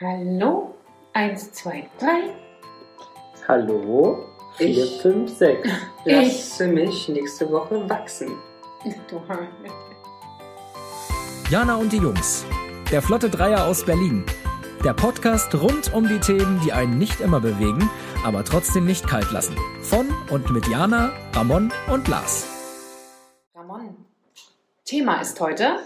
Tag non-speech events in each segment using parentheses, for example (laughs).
Hallo, eins, zwei, drei. Hallo, 4, Ich- 5, 6. Lasse mich nächste Woche wachsen. Du hm, Haar. Jana und die Jungs. Der Flotte Dreier aus Berlin. Der Podcast rund um die Themen, die einen nicht immer bewegen, aber trotzdem nicht kalt lassen. Von und mit Jana, Ramon und Lars. Ramon. Thema ist heute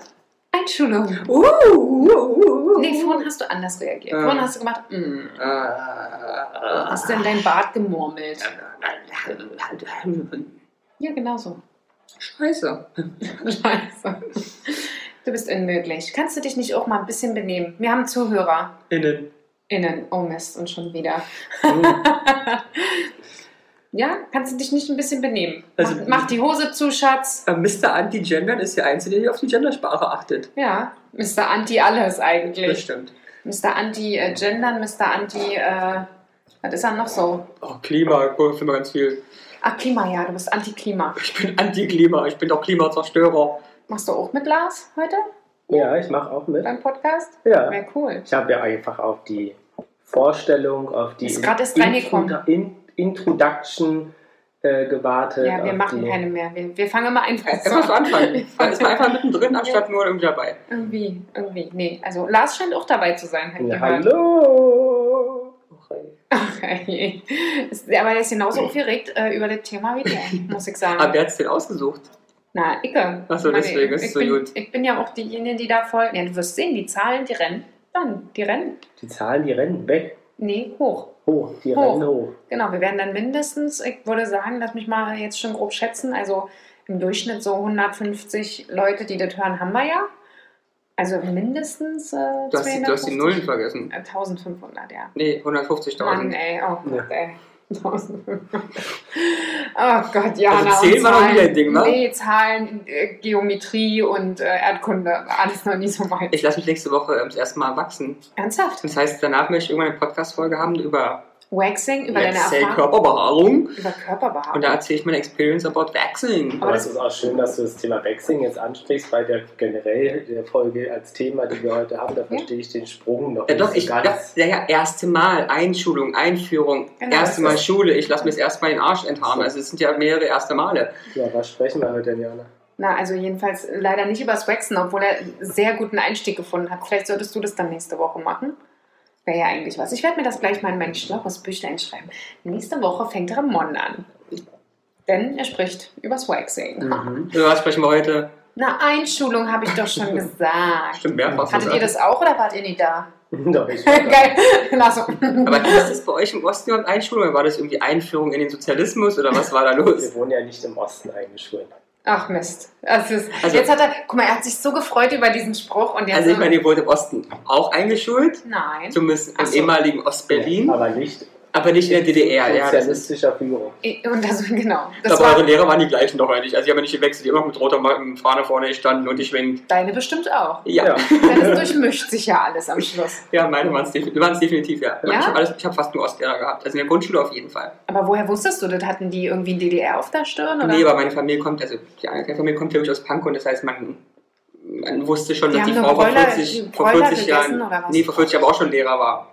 Einschulung. Uh, uh, uh, uh. Nee, vorhin hast du anders reagiert. Ja. Vorhin hast du gemacht, mm, Ah. hast du in dein Bart gemurmelt. Ja, genau so. (laughs) Scheiße. Scheiße. Du bist unmöglich. Kannst du dich nicht auch mal ein bisschen benehmen? Wir haben Zuhörer. Innen. Innen. Oh Mist, und schon wieder. Hm. (laughs) Ja, kannst du dich nicht ein bisschen benehmen? Also- mach, mach die Hose zu, Schatz. Äh, Mr. Anti-Gendern ist der Einzige, der hier auf die Gendersprache achtet. Ja, Mr. Anti alles Das eigentlich. stimmt. Mr. Anti-Gendern, Mr. Anti, äh, was ist er noch so? Oh, Klima, ich bin immer ganz viel. Ach, Klima, ja, du bist Anti-Klima. Ich bin Anti-Klima, ich bin auch Klimazerstörer. Machst du auch mit Lars heute Ja, ich mache auch mit. beim Podcast? Ja. Wäre cool. Ich habe ja einfach auf die Vorstellung, auf die Ist grad erst reingekommen. Intro- In Introduction äh, gewartet. Ja, wir auf machen genau. die- keine mehr. Wir, wir fangen immer einfach Erstmal Äh, zu so (laughs) an. anfangen. Dann ist man einfach mittendrin, anstatt nur irgendwie dabei. Irgendwie, irgendwie. Nee, also Lars scheint auch dabei zu sein. hab ich Ja, gehört. hallo! Okay. (laughs) Ist- Aber er ist genauso aufgeregt äh, über das Thema wie du, muss ich (laughs) sagen. Aber wer hat es denn ausgesucht? Na, Icke. Ach so, Meine, deswegen ist ich es so bin, gut. Ich bin ja auch diejenige, die da voll. Ja, du wirst sehen, die Zahlen, die rennen dann. Die rennen. Die Zahlen, die rennen weg. Nee, hoch. Hoch, die Hoch. rennen hoch. Genau, wir werden dann mindestens, ich würde sagen, lass mich mal jetzt schon grob schätzen, also im Durchschnitt so 150 Leute, die das hören, haben wir ja. Also mindestens äh, Du hast, die- du hast die Nullen 250. vergessen. Äh, 1500, ja. Nee, Mann, 150.000. ey, oh Gott, Ja. ey. (laughs) 1500. Oh Gott, Jana. Also zählen und war noch nie Zahlen. ein Ding, ne? Nee, Zahlen, äh, Geometrie und äh, Erdkunde, alles noch nie so weit. Ich lasse mich nächste Woche ähm, das erste Mal wachsen. Ernsthaft? Das heißt, danach möchte ich irgendwann eine Podcast-Folge haben über, Waxing über let's deine say, Erfahrung? Körperbehaarung. Über Und Körperbehaarung. da erzähle ich meine Experience about Waxing. Aber Aber das- es ist auch schön, dass du das Thema Waxing jetzt ansprichst, weil der generell der Folge als Thema, die wir heute haben, da verstehe ich den Sprung noch Ja, doch, so ich, ja, ja, ja, erste Mal, Einschulung, Einführung, Genau, erste das Mal ist- Schule, ich lasse mir das erste Mal den Arsch enthaaren. Also es sind ja mehrere erste Male. Ja, was sprechen wir heute, denn, Jana? (laughs) Na, also jedenfalls leider nicht übers Waxen, obwohl er sehr guten Einstieg gefunden hat. Vielleicht solltest du das dann nächste Woche machen. Wäre ja eigentlich was. Ich werde mir das gleich mal in mein schlaues Büchlein schreiben. Nächste Woche fängt Ramon an. Denn er spricht übers Waxing. Also was sprechen wir heute? Na, Einschulung habe ich doch (laughs) schon gesagt. Stimmt, mehrfach. Hattet sogar. ihr das auch oder wart ihr nicht da? (laughs) doch, ich Geil. Lass uns- Aber ist das bei euch im Osten überhaupt Einschulung? War das irgendwie Einführung in den Sozialismus oder was war da los? Wir wohnen ja nicht im Osten eingeschult. Ach Mist. Das ist, Also- jetzt hat er, guck mal, er hat sich so gefreut über diesen Spruch und jetzt. Also ich meine, ihr wurdet im Osten auch eingeschult, nein. zumindest im Ach so. ehemaligen Ostberlin, Aber nicht aber nicht in der DDR. Ja, das ist, sozialistischer Führung. Und das, genau. Das aber also- war eure Lehrer waren die gleichen doch eigentlich. Also die haben ja nicht gewechselt, die haben immer mit roter Ma- Fahne vorne gestanden und geschwenkt. deine bestimmt auch. Ja, Ja. ja, Denn es durchmischt sich ja alles am Schluss. meine waren es definitiv, ja. Ja? Ich habe hab fast nur Ostlehrer gehabt, also in der Grundschule auf jeden Fall. Aber woher wusstest du das? Hatten die irgendwie ein DDR auf der Stirn? Oder? Nee, aber meine Familie kommt, also die andere Familie kommt ja wirklich aus Pankow und das heißt, man, man wusste schon, Die dass die haben Frau nur vor Broiler- 40, vor Broiler 40 gegessen Jahren, oder was? nee, vor 40 aber auch schon Lehrer war.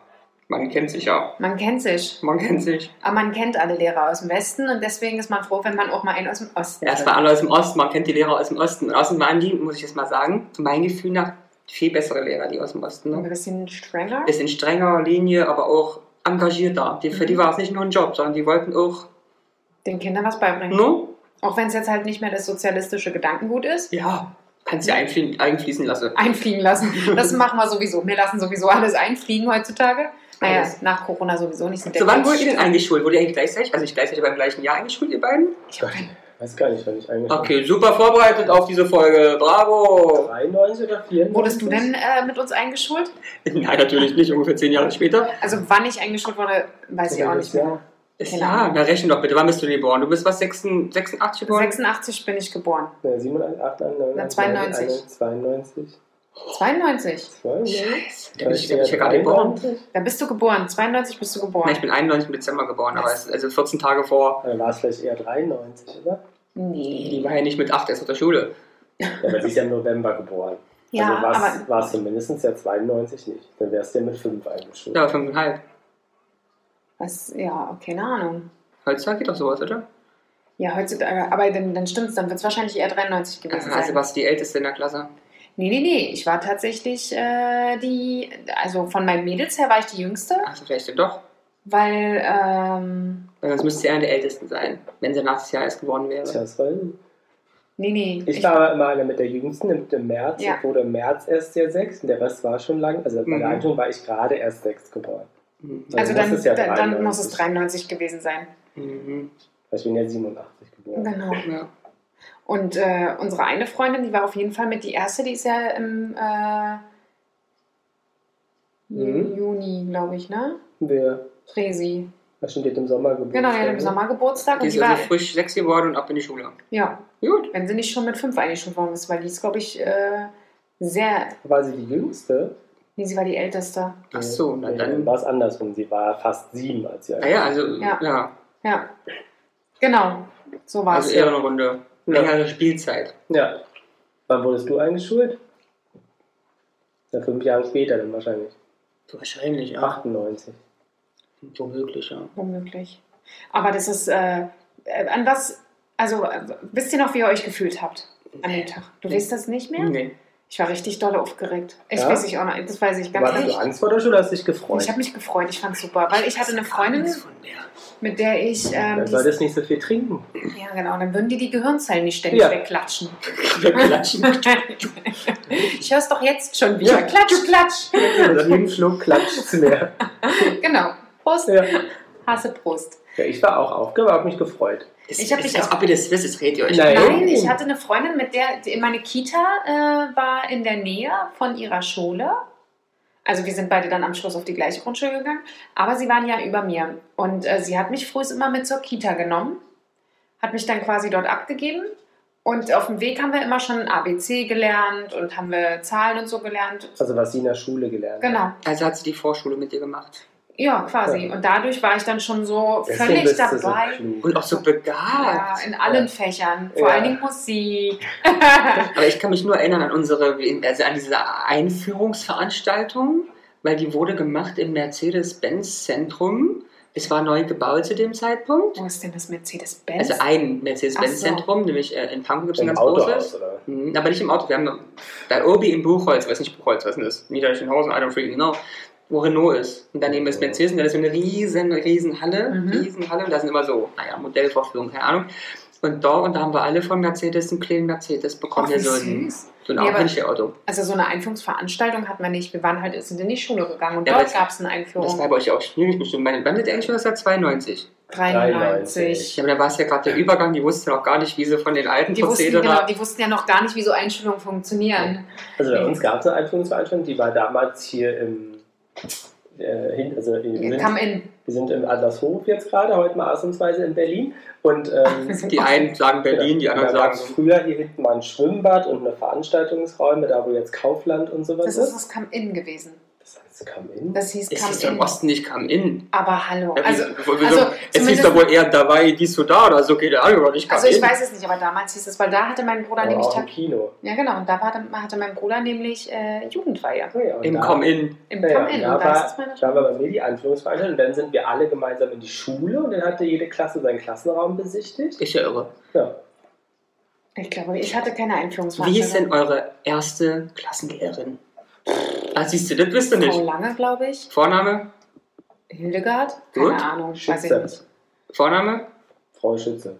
Man kennt sich ja. Man kennt sich. Man kennt sich. Aber man kennt alle Lehrer aus dem Westen und deswegen ist man froh, wenn man auch mal einen aus dem Osten Erst mal alle aus dem Osten, man kennt die Lehrer aus dem Osten. Und außerdem waren die, muss ich jetzt mal sagen, mein Gefühl nach viel bessere Lehrer, die aus dem Osten. Ein Ne? bisschen strenger. Ist in strenger Linie, aber auch engagierter. Die, für die war es nicht nur ein Job, sondern die wollten auch, Den Kindern was beibringen. ne? Auch wenn es jetzt halt nicht mehr das sozialistische Gedankengut ist. Ja, kannst du einfließen, einfließen lassen. Einfliegen (laughs) lassen. Das machen wir sowieso. Wir lassen sowieso alles einfliegen heutzutage. Naja, Alles. nach Corona sowieso nicht. So, wann wurde ihr denn eingeschult? Wurde ihr eigentlich gleichzeitig, also nicht gleichzeitig, aber im gleichen Jahr eingeschult, ihr beiden? Ich hab keinen- Weiß gar nicht, wann ich eingeschult Okay, super vorbereitet auf diese bin. Folge. Bravo! 93 oder 94? Wurdest du denn äh, mit uns eingeschult? (laughs) Nein, natürlich nicht, ungefähr zehn Jahre später. Also wann ich eingeschult wurde, weiß ich auch nicht mehr. Ja. Ist Keine ja, Ahnung. na rechne doch bitte, wann bist du geboren? Du bist was, 86, 86 geboren? 86 bin ich geboren. Ne, 87, 98, Na, 92. 91, 92. 92. 92. Scheiße, da bin ich, da bin ich ja gerade geboren. Da bist du geboren. 92 bist du geboren. Nein, ich bin 91 im Dezember geboren, aber es, also 14 Tage vor. Dann war es vielleicht eher 93, oder? Die nee. war ja nicht mit 8 erst auf der Schule. Ja, aber sie ist ja im November geboren. Ja, also aber war es zumindest ja 92 nicht. Dann wärst du ja mit 5 eingeschult. Ja, 5,5. was, ja, keine Ahnung. Heutzutage geht doch sowas, oder? Ja, heutzutage, aber dann, dann stimmt's, dann wird es wahrscheinlich eher 93 gewesen Aha, sein. also warst du die Älteste in der Klasse. Nee, nee, nee. Ich war tatsächlich äh, die, also von meinen Mädels her war ich die Jüngste, Achso, vielleicht denn doch. weil, ähm, Weil sonst müsste sie einer der Ältesten sein, wenn sie nächstes Jahr erst geworden wäre. Tja, soll- nee, nee. Ich war immer einer mit der Jüngsten im, im März. Ja. Ich wurde im März erst der Sechs und der Rest war schon lang. Also bei Mhm. der Einschulung war ich gerade erst sechs geboren. Mhm. also Also muss dann, es ja dann, dann muss es 93 93. gewesen sein. Mhm. Also Ich bin ja 87 geboren. Genau. Ja. Und äh, unsere eine Freundin, die war auf jeden Fall mit die erste, die ist ja im äh, Mhm. Juni, glaube ich, ne? Wir Resi. das steht im Sommer geboren. Genau, die hat im Sommer Geburtstag Die und ist die war, also frisch sechs geworden und ab in die Schule. ja, Gut. wenn sie nicht schon mit fünf eingeschult worden ist, weil die ist, glaube ich, äh, sehr, War sie die Jüngste? nee, sie war die Älteste. Ach so, na Nee, dann. war es andersrum. Sie war fast sieben, als sie Ah ja, also, Ja. ja. Ja, genau. So war Also es. eher eine Runde. Ja. Längere Spielzeit. Ja. Wann wurdest du eingeschult? Ja, fünf Jahre später dann wahrscheinlich. Wahrscheinlich, ja. 98. Womöglich, ja. Womöglich. Aber das ist, äh, äh, an was, also äh, wisst ihr noch, wie ihr euch gefühlt habt an dem Tag? Du Nee. weißt das nicht mehr? Nee. Ich war richtig doll aufgeregt. Ich Ja? weiß ich auch noch, das weiß ich ganz Warst du nicht. Angst vor der Schule oder hast du dich gefreut? Ich ähm, habe mich gefreut, ich fand's super, weil ich hatte eine Freundin, Nichts von der. mit der ich, ähm, dann die, solltest du nicht so (laughs) viel trinken. ja genau, dann würden die die Gehirnzellen nicht ständig Ja. wegklatschen. (laughs) Wir klatschen. ich hör's doch jetzt schon wieder. Ja. Klatsch, klatsch. Mit jedem Schluck (laughs) klatscht's mehr. Genau. Prost. Ja. Hasse Prost. ja, ich war auch aufgeregt, habe mich gefreut. Ist, Ich hab ist, mich als auch- ob ihr das wisst, jetzt redet ihr euch. Nein. Nein, Oh. ich hatte eine Freundin, mit der die- meine Kita äh, war in der Nähe von ihrer Schule. Also wir sind beide dann am Schluss auf die gleiche Grundschule gegangen, aber sie waren ja über mir und äh, sie hat mich früh immer mit zur Kita genommen, hat mich dann quasi dort abgegeben und auf dem Weg haben wir immer schon ABC gelernt und haben wir Zahlen und so gelernt. Also was sie in der Schule gelernt hat. Genau, Also hat sie die Vorschule mit dir gemacht. ja quasi Ja. und dadurch war ich dann schon so Deswegen völlig bist du so dabei. klug. Und auch so ja, begabt. in allen Fächern, vor Ja. allen Dingen Musik. (laughs) Aber ich kann mich nur erinnern an unsere, also an diese Einführungsveranstaltung, weil die wurde gemacht im Mercedes-Benz-Zentrum. Es war neu gebaut zu dem Zeitpunkt. Wo ist denn das Mercedes-Benz? Also ein Ach Mercedes-Benz-Zentrum, nämlich äh, in Frankfurt gibt es ein Im ganz Autohaus, großes. oder? Mhm, Aber nicht im Auto, wir haben noch- bei Urbi in Buchholz, weiß nicht Buchholz, was ist denn das? Niederrichtenhausen, I don't freaking know. Wo Renault ist. Und daneben ist Mercedes und da ist so eine riesen, riesen Halle, Mhm. riesen Halle. Und da sind immer so, naja, Modellvorführungen, keine Ahnung. Und da, und da haben wir alle von Mercedes einen kleinen Mercedes bekommen. Ach, hier wie so ein, süß. so ein Nee, aber- Aufwendig-Auto. Also so eine Einführungsveranstaltung hat man nicht. Wir waren halt, sind in die Schule gegangen und Ja, dort aber gab es eine Das war Einführung. bei euch auch schwierig bestimmt. Meine, wann wird der Endschwester 92? 93. Ja, aber da war es ja gerade der Übergang, die wussten noch gar nicht, wie sie von den alten Die wussten, genau, Prozedere. die wussten ja noch gar nicht, wie so Einschulungen funktionieren. Also bei uns gab es eine Einführungsveranstaltung, die war damals hier im äh, hin, also wir Wir sind, kamen in. wir sind im Adlershof jetzt gerade, heute mal ausnahmsweise in Berlin. Und (laughs) ähm, Die einen sagen Berlin, die anderen sagen es früher hier hinten mal ein Schwimmbad und eine Veranstaltungsräume, da wo jetzt Kaufland und sowas Das ist ist. das Come In gewesen. Das heißt, kam in. Das hieß es Come hieß doch In. im Osten nicht kam in. Aber hallo. Also, also also, es hieß zumindest- doch wohl eher, da war dies so da oder so, geht der andere nicht kam also ich in. weiß es nicht, aber damals hieß es, weil da hatte mein Bruder Aber nämlich. auch im Tag- Kino. Ja, genau. Und da hatte, hatte mein Bruder nämlich äh, Jugendweihe. Ja, ja, und Im da- Come In. Im Ja, ja, Come In. da Und da war- ist das meine Da war bei mir die Einführungsveranstaltung und dann sind wir alle gemeinsam in die Schule und dann hatte jede Klasse seinen Klassenraum besichtigt. Ist ja irre. Ja. Ich glaube, ich hatte keine Einführungsveranstaltung. Wie ist denn eure erste Klassenlehrerin? Ah, siehst du, das wisst du Frau nicht. Lange, glaube ich. Vorname? Hildegard? Keine Gut. Ahnung, weiß ich Schütze. nicht. Vorname? Frau Schütze.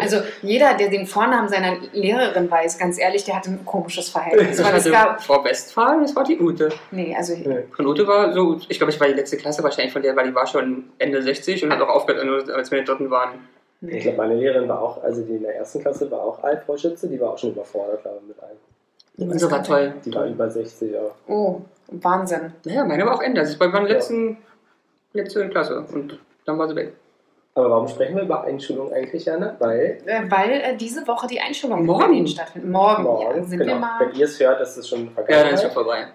Also jeder, der den Vornamen seiner Lehrerin weiß, ganz ehrlich, der hatte ein komisches Verhältnis. Weil es hatte gab, Frau Westphal, das war die Ute. nee, also Und Ute war so, ich glaube, ich war die letzte Klasse wahrscheinlich von der, weil die war schon Ende 60 und hat auch aufgehört, als wir in der dritten waren. Ich glaube, meine Lehrerin war auch, also die in der ersten Klasse war auch alt, Frau Schütze, die war auch schon überfordert, glaube ich, mit allem. Unsere war toll. Die war über 60 auch. oh, Wahnsinn. Naja, meine war auch Ende. Also ich war in der letzten, letzte Klasse und dann war sie weg. Aber warum sprechen wir über Einschulung eigentlich, Jana? Weil Äh, weil äh, diese Woche die Einschulung in Morgen. Berlin stattfindet. Morgen, ja, morgen, sind wir genau, wenn mal. ihr es hört, ist es schon Ja, dann ist ja vergangen. vorbei.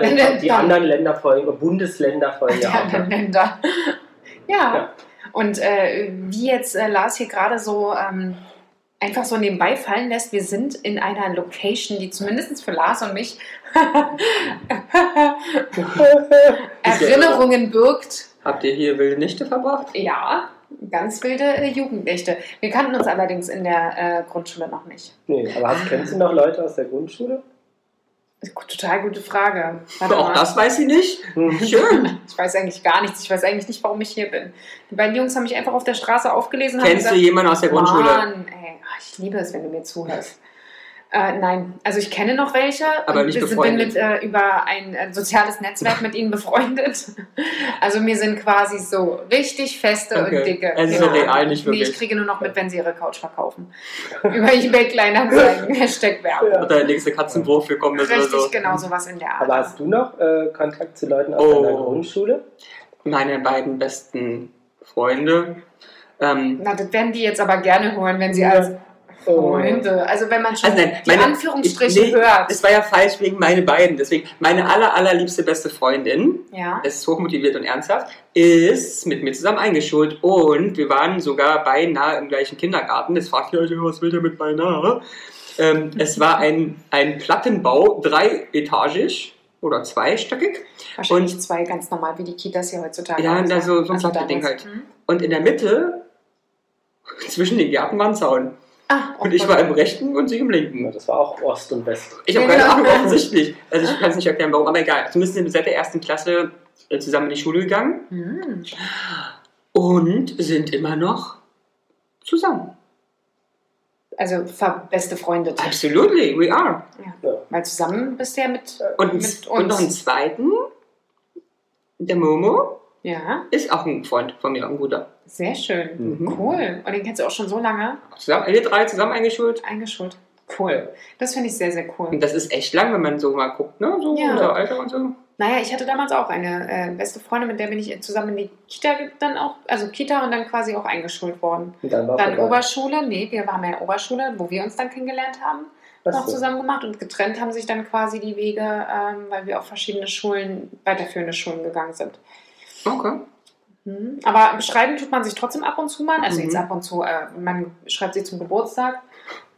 (laughs) Wenn wir- dann, die dann- genau. anderen Länder folgen, und Bundesländer (laughs) folgen Die ja auch. anderen Länder. Ja. Ja. Und äh, wie jetzt äh, Lars hier gerade so ähm, einfach so nebenbei fallen lässt, wir sind in einer Location, die zumindest für Lars und mich Erinnerungen birgt. Habt ihr hier wilde Nächte verbracht? Ja, ganz wilde äh, Jugendnächte. Wir kannten uns allerdings in der äh, Grundschule noch nicht. Nee, aber hast, kennst du noch Leute aus der Grundschule? Total gute Frage. Warte Auch mal. das weiß sie nicht. Hm. (laughs) Schön. Ich weiß eigentlich gar nichts. Ich weiß eigentlich nicht, warum ich hier bin. Die beiden Jungs haben mich einfach auf der Straße aufgelesen. und haben Kennst du jemanden aus der Grundschule? Mann, ey, ach, ich liebe es, wenn du mir zuhörst. Äh, nein, also ich kenne noch welche. Aber und nicht wir sind- befreundet. Bin mit, äh, über ein äh, soziales Netzwerk mit ihnen befreundet. Also mir sind quasi so richtig feste Okay. und dicke. Also Genau. real, nicht Nee, ich wirklich. kriege nur noch mit, wenn sie ihre Couch verkaufen. Über eBay (laughs) Kleinanzeigen, Hashtag Werbung. Ja. Oder der nächste Katzenwurf gekommen ist oder Richtig, so. genau sowas in der Art. Aber hast du noch äh, Kontakt zu Leuten aus Oh. deiner Grundschule? Meine beiden besten Freunde. Ähm, Na, das werden die jetzt aber gerne hören, wenn sie als Freunde. Also wenn man schon Oh, Also nein, die meine- Anführungsstriche ich- nee, hört. das war ja falsch wegen meine beiden. Deswegen, meine aller, allerliebste beste Freundin ja. es ist hochmotiviert und ernsthaft, ist mit mir zusammen eingeschult und wir waren sogar beinahe im gleichen Kindergarten. Jetzt fragt ihr euch, was will der mit beinahe? Ähm, es war ein, ein Plattenbau, dreietagig oder zweistöckig. Wahrscheinlich Und- zwei, ganz normal, wie die Kitas hier heutzutage Ja, aussehen. na, so- so ein damals. Plattending halt. Mhm. Und in der Mitte, zwischen den Gärten war ein Zaun. Ah, Und ich Gott. war im rechten und sie im Ja, linken. das war auch Ost und West. Ich habe Ja, keine genau. Ahnung, offensichtlich. Also ich kann es nicht erklären, warum, aber egal. Zumindest sind wir seit der ersten Klasse äh, zusammen in die Schule gegangen Mhm. und sind immer noch zusammen. Also ver- beste Freunde. Absolutely, we are. Weil zusammen bist du ja mit, äh, Und, mit uns. und noch einen zweiten. Der Momo Ja, ist auch ein Freund von mir, ein guter. sehr schön. Mhm. Cool. Und den kennst du auch schon so lange Zusammen, wir drei zusammen eingeschult. eingeschult. Cool. Das finde ich sehr, sehr cool. Und das ist echt lang, wenn man so mal guckt, ne? So Ja. unser Alter und so. Naja, ich hatte damals auch eine äh, beste Freundin, mit der bin ich zusammen in die Kita dann auch, also Kita und dann quasi auch eingeschult worden. Und dann war Dann vorbei. Oberschule, nee, wir waren ja in Oberschule, wo wir uns dann kennengelernt haben. Ach noch so. zusammen gemacht und getrennt haben sich dann quasi die Wege, ähm, weil wir auf verschiedene Schulen, weiterführende Schulen gegangen sind. Okay. Mhm. Aber schreiben tut man sich trotzdem ab und zu mal. Also Mhm. jetzt ab und zu, äh, man schreibt sie zum Geburtstag.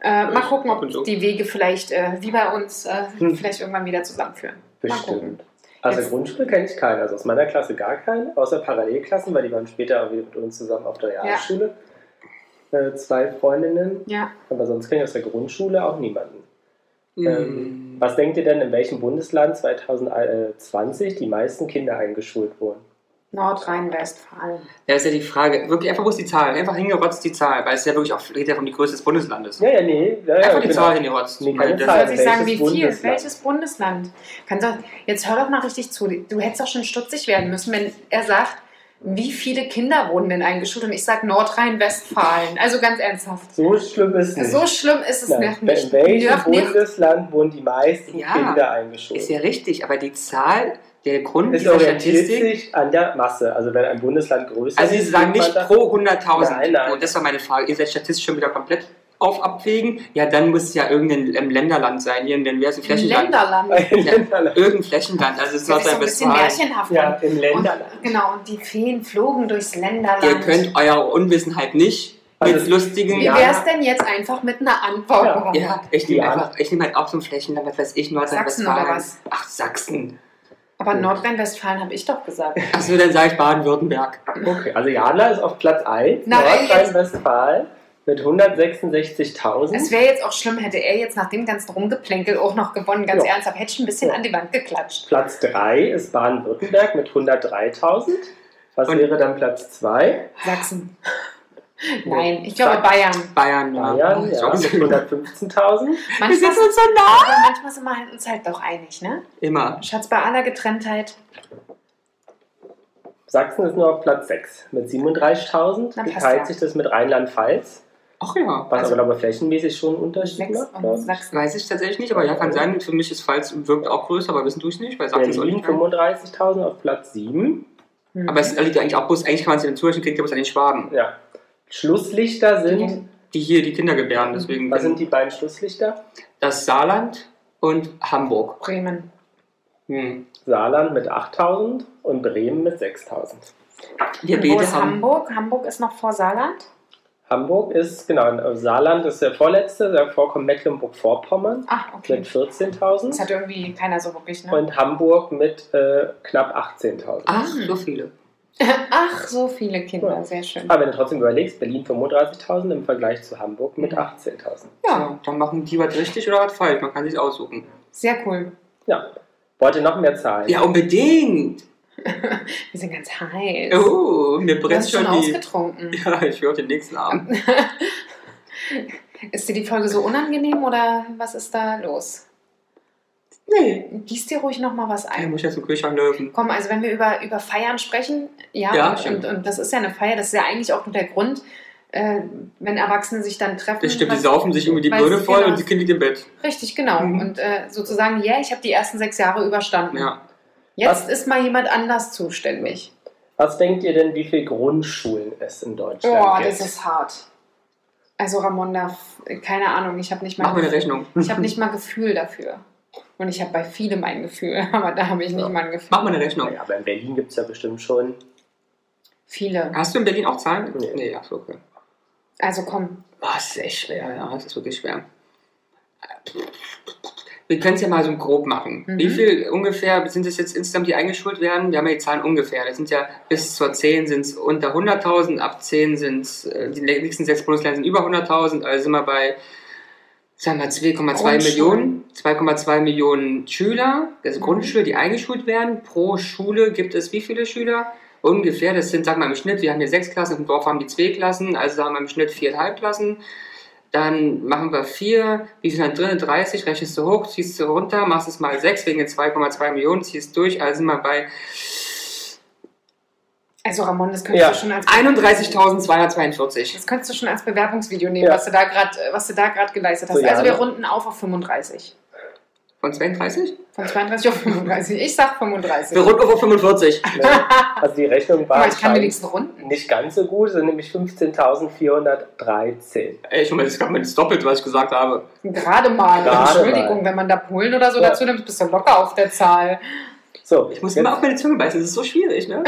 Äh, mal gucken, ab und zu. ob die Wege vielleicht, äh, wie bei uns, äh, Hm. vielleicht irgendwann wieder zusammenführen. Mal gucken. Bestimmt. Aus der Jetzt- Grundschule kenne ich keinen, also aus meiner Klasse gar keinen, außer Parallelklassen, weil die waren später auch wieder mit uns zusammen auf der Realschule. Äh, zwei Freundinnen, Ja, aber sonst kenne ich aus der Grundschule auch niemanden. Ähm, Mhm. was denkt ihr denn, in welchem Bundesland 2020 die meisten Kinder eingeschult wurden? Nordrhein-Westfalen. Ja, ist ja die Frage. Wirklich einfach bloß die Zahl. Einfach hingerotzt die Zahl, weil es ja wirklich auch geht ja um die Größe des Bundeslandes. Ja, ja, nee. Ja, genau. ja, einfach die Zahl hingerotzt. Nee, Weil keine das- Zahl. Soll ich sagen, wie welches viel? Bundesland? Welches Bundesland? Kannst du, jetzt hör doch mal richtig zu. Du hättest doch schon stutzig werden müssen, wenn er sagt, wie viele Kinder wurden denn eingeschult? Und ich sage Nordrhein-Westfalen. Also ganz ernsthaft. So schlimm ist es So schlimm ist es Hm. Nein, noch in nicht. welchem Nerv nicht. Bundesland wurden die meisten Ja, Kinder eingeschult? Ist ja richtig, aber die Zahl, der Grund Es dieser orientiert Statistik. sich an der Masse. Also wenn ein Bundesland größer Also Sie ist, sagen nimmt man nicht das- (laughs) pro 100.000. Nein, nein. Und das war meine Frage. Ihr seid statistisch schon wieder komplett auf Abwägen. Ja, dann muss es ja irgendein ähm, Länderland sein. Hier, denn wäre es ein Flächenland. Länderland. (laughs) Ein Ja. Länderland. Irgendein Flächenland. Also es Das ist so ein bisschen Nordrhein-Westfalen. märchenhaft. Ja, im und, Länderland. genau, und die Feen flogen durchs Länderland. Ihr könnt eure Unwissenheit nicht Also mit lustigen... wie Ja. wär's denn jetzt einfach mit einer Antwort? Ja. Robert? Ja, ich nehme Ja. einfach, ich nehme halt auch so ein Flächenland, was weiß ich, Sachsen Nordrhein-Westfalen. oder was? Ach, Sachsen. Aber Nordrhein-Westfalen habe ich doch gesagt. Achso, dann sage ich Baden-Württemberg. Okay, also Jana ist auf Platz 1, Nein, Nordrhein-Westfalen mit 166.000. Es wäre jetzt auch schlimm, hätte er jetzt nach dem ganzen Rumgeplänkel auch noch gewonnen, ganz Ja. ernsthaft. Hätte ich ein bisschen Ja. an die Wand geklatscht. Platz 3 ist Baden-Württemberg mit 103.000. Was Und- wäre dann Platz 2? (laughs) Sachsen. Nein, ich glaube Bayern. Bayern, ja. Bayern, ja, Sorry. mit 115.000. Wir Manchmal, sind uns so nah. aber manchmal sind wir halt uns halt doch einig, ne? Immer. Schatz, bei aller Getrenntheit, Sachsen ist nur auf Platz 6 mit 37.000. Na, passt Geteilt ja. sich das mit Rheinland-Pfalz, Ach ja. was Also, aber, glaube ich, flächenmäßig schon einen Unterschied Sachs macht. und glaub ich. Sachsen. weiß ich tatsächlich nicht, aber ja, kann sein. Für mich ist Pfalz wirkt auch größer, aber wissen du es nicht, weil Sachsen ist auch Berlin nicht klein. 35.000 auf Platz 7. Hm. Aber es liegt ja eigentlich auch bloß, eigentlich kann man es ja den Zuhörern kriegt, ja bloß an den Schwaben, Ja. Schlusslichter Ja. sind, die hier die Kinder gebären. Deswegen was sind die beiden Schlusslichter? das Saarland und Hamburg. Bremen. Hm. Saarland mit 8.000 und Bremen mit 6.000. Wir Wo beide ist haben. Hamburg? Hamburg ist noch vor Saarland. Hamburg ist, genau, im Saarland ist der vorletzte, davor kommt Mecklenburg-Vorpommern Ach, mit Ah, okay. Das 14.000 hat irgendwie keiner Ah. so wirklich, ne? und Hamburg mit äh, knapp 18.000. Ach, Hm. so viele. Ach, so viele Kinder, Ja. sehr schön. Aber wenn du trotzdem überlegst, Berlin 35.000 im Vergleich zu Hamburg mit 18.000. Ja, Dann machen die was richtig oder was falsch. Man kann sich aussuchen. sehr cool. Ja. Wollt ihr noch mehr Zahlen? Ja, unbedingt. Wir sind ganz heiß. Oh, mir du brennt hast schon schon die. ausgetrunken. (laughs) Ja, ich höre den nächsten (laughs) Abend. Ist dir die Folge so unangenehm oder was ist da los? Nee. Gieß dir ruhig nochmal was Ich ein. muss jetzt zum Kühlschrank laufen. Komm, also wenn wir über, über Feiern sprechen, ja, Ja, und, stimmt. und, und das ist ja eine Feier, das ist ja eigentlich auch nur der Grund, äh, wenn Erwachsene sich dann treffen. Das stimmt, die was- saufen sich irgendwie die Weiß- Birne voll genau. und die Kind liegt im Bett. Richtig, genau. Mhm. Und äh, sozusagen, ja, yeah, ich habe die ersten sechs Jahre überstanden. Ja. Jetzt ist mal jemand anders zuständig. Was denkt ihr denn, wie viele Grundschulen es in Deutschland Boah, gibt? das ist hart. Also Ramon, da, keine Ahnung, ich habe nicht mal Mach mir eine Rechnung. ich habe nicht mal Gefühl dafür. Und ich habe bei vielem ein Gefühl, (laughs) aber da habe ich nicht Ja. mal ein Gefühl. Mach mal eine Rechnung. naja, aber in Berlin gibt es ja bestimmt (laughs) schon. Viele. Hast du in Berlin auch Zahlen? Nee. Nee, ach so, okay. Also komm, Boah, das ist echt schwer, ja, das ist wirklich schwer. Wir können es ja mal so grob machen. Mhm. Wie viel ungefähr sind es jetzt insgesamt, die eingeschult werden? Wir haben ja die Zahlen ungefähr. Das sind ja bis zur 10 sind es unter 100.000, ab 10 sind es, äh, die nächsten sechs Bundesländer sind über 100.000, also sind wir bei, sagen wir mal, 2,2 Grundschulen. Millionen. 2,2 Millionen Schüler, also Mhm. Grundschüler, die eingeschult werden. Pro Schule gibt es wie viele Schüler? Ungefähr, das sind, sag mal, im Schnitt, wir haben hier sechs Klassen, im Dorf haben die zwei Klassen, also haben wir im Schnitt viereinhalb Klassen. Dann machen wir vier, wie viel sind drin? 30, rechnest du hoch, ziehst du runter, machst es mal sechs wegen den 2,2 Millionen, ziehst durch, also sind wir bei also Ramon, das könntest Ja. du schon als 31.242. Das könntest du schon als Bewerbungsvideo nehmen, Ja. was du da gerade, was du da gerade geleistet hast. So, ja, also wir ne? runden auf auf 35. Von 32? Von 32 auf 35. Ich sag 35. Wir runden auf 45. Ne? Also die Rechnung Guck war mal, ich kann anscheinend wenigstens runden. nicht ganz so gut, sind nämlich 15.413. Ey, ich meine, das ist das doppelt, was ich gesagt habe. Gerade mal. Gerade Entschuldigung, mal. wenn man da Polen oder so Ja. dazu nimmt, bist du locker auf der Zahl. So, Ich muss jetzt, immer auf meine Zunge beißen, das ist so schwierig, ne?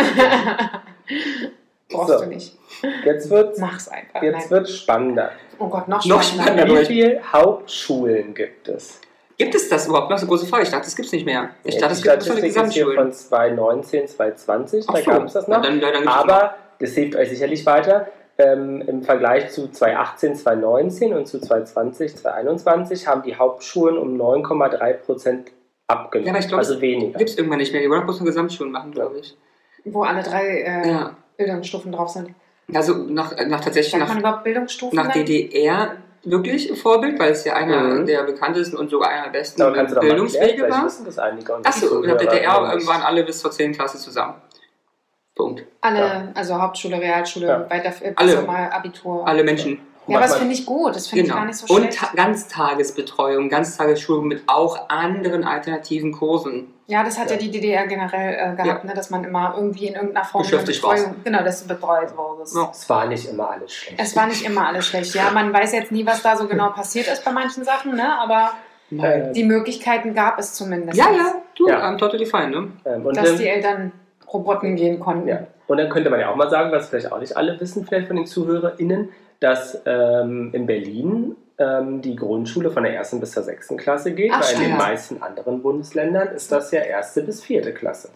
Brauchst So. du nicht. jetzt wird Mach's einfach. jetzt Nein. wird spannender. Oh Gott, noch, noch spannender. Ja, aber Wie ich- viele Hauptschulen gibt es? Gibt es das überhaupt noch? Das ist eine große Frage. Ich dachte, das gibt es nicht mehr. Ich dachte, es Die gibt nur eine Statistik ist hier Gesamtschule. von 2019, 2020, Ach da so. gab es das Na, noch. Dann, dann, dann gibt's noch. Aber das hilft euch sicherlich weiter. Ähm, Im Vergleich zu 2018, 2019 und zu 2020, 2021 haben die Hauptschulen um 9,3 Prozent abgenommen. Ja, aber ich glaub, also es weniger. Gibt es irgendwann nicht mehr. Die wollen bloß nur Gesamtschulen machen, glaube ich. Wo alle drei äh, Ja. Bildungsstufen drauf sind. Also nach, nach tatsächlich Sagt nach, man überhaupt Bildungsstufen? nach nennen? DDR wirklich Vorbild, weil es ja einer Mhm. der bekanntesten und sogar einer der besten Aber kannst du doch mal erklären, Bildungswege vielleicht war. wissen das einige. und Achso, die in der Zuhörer DDR nicht. waren alle bis zur 10. Klasse zusammen. Punkt. Alle, Ja. also Hauptschule, Realschule, Ja. weiter, äh, Alle. bis mal Abitur. Alle Menschen. Ja, aber das Manchmal- finde ich gut. Das finde Genau. ich gar nicht so und schlecht. Ta Ganztagesbetreuung, Ganztagesschulung mit auch anderen alternativen Kursen. Ja, das hat ja, Ja. die DDR generell äh, gehabt, ne, dass man immer irgendwie in irgendeiner Form eine Beschäftigt Betreuung, genau, dass du betreut wurdest. Ja. Es war nicht immer alles schlecht. Es war nicht immer alles schlecht. Ja, man weiß jetzt nie, was da so genau passiert ist bei manchen Sachen, ne? aber Nein. Äh, die Möglichkeiten gab es zumindest. Ja, ja, du, Ja. am Total Define, ne? ähm, und, Dass dann, die Eltern Roboten gehen konnten. ja. und dann könnte man ja auch mal sagen, was vielleicht auch nicht alle wissen, vielleicht von den ZuhörerInnen, dass ähm, in Berlin ähm, die Grundschule von der ersten bis zur sechsten Klasse geht, Ach, weil in den stimmt. meisten anderen Bundesländern ist das ja erste bis vierte Klasse.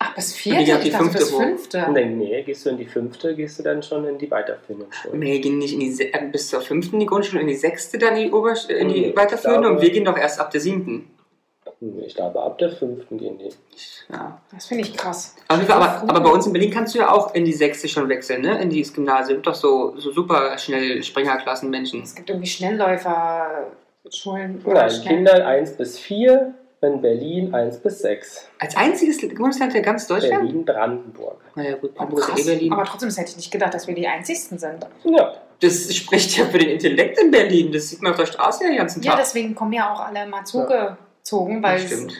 Ach, bis Und vierte? die hat die Ich dachte, fünfte bis wo? fünfte. Und dann, nee, gehst du in die fünfte, gehst du dann schon in die weiterführenden Schulen. Nee, gehen nicht in die Se äh, bis zur fünften die Grundschule, in die sechste dann die, Oberst in Nee, die Oh, ich weiterführende glaube- und wir gehen doch erst ab der siebten. Hm, Ich glaube, ab der fünften gehen die. Ja. Das finde ich krass. Auf jeden Fall, Früh. aber, aber bei uns in Berlin kannst du ja auch in die Sechste schon wechseln, ne? In dieses Gymnasium. Doch so, so super schnell Springerklassen Menschen. Es gibt irgendwie Schnellläufer-Schulen. oder Nein, Schnell- Kinder 1 bis 4, in Berlin 1 bis 6. Als einziges Bundesland der ganz Deutschland? Berlin, Brandenburg. Naja, gut, Oh, Hamburg ist eh krass. Berlin. Aber trotzdem das hätte ich nicht gedacht, dass wir die einzigsten sind. Ja, Das spricht ja für den Intellekt in Berlin. Das sieht man auf der Straße ja den ganzen Ja, Tag. deswegen kommen ja auch alle mal zugezogen, weil stimmt.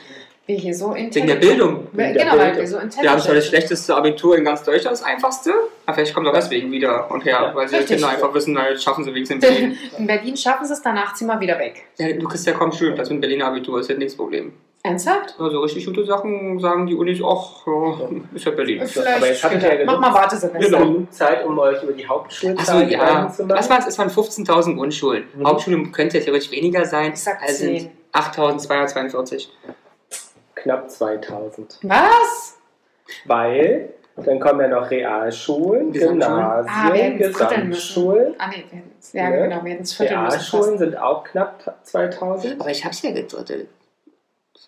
wir hier so intelligent Wegen der Bildung. Wegen der Genau, weil Bildung. wir so Wir haben intelligent zwar sind. das schlechteste Abitur in ganz Deutschland, das einfachste. Aber vielleicht kommt auch deswegen wieder und her, Ja, weil sie richtig. Kinder einfach wissen, na, jetzt schaffen sie wenigstens in (laughs) Berlin. In Berlin schaffen sie es, danach ziehen wir wieder weg. ja, du kriegst ja kaum Schulplatz mit Berliner Abitur, ist ja nichts Problem. Ernsthaft? Also richtig gute Sachen sagen die Unis, ach, ja, ist ja Berlin. Vielleicht aber jetzt hattet ihr später. ja Mach genug- mal Wartesemester. Genau. Genug Zeit, um euch über die Achso, Hauptschulzahlen ja. Gedanken zu Was machen. waren es? Es waren 15.000 Grundschulen. Mhm. Hauptschulen könnte ja theoretisch weniger sein. Ich sag Also sind 10. 8.242. Knapp 2000. Was? Weil dann kommen ja noch Realschulen, Gesamtschulen. Ah, wir Gymnasien, hätten es dritteln Gesamtschulen. müssen. Ah, nee, wir hätten es. Ja, Ne? genau, wir hätten es vierteln müssen. fast. Realschulen sind auch knapp 2000. Aber ich hab's ja gedrittelt.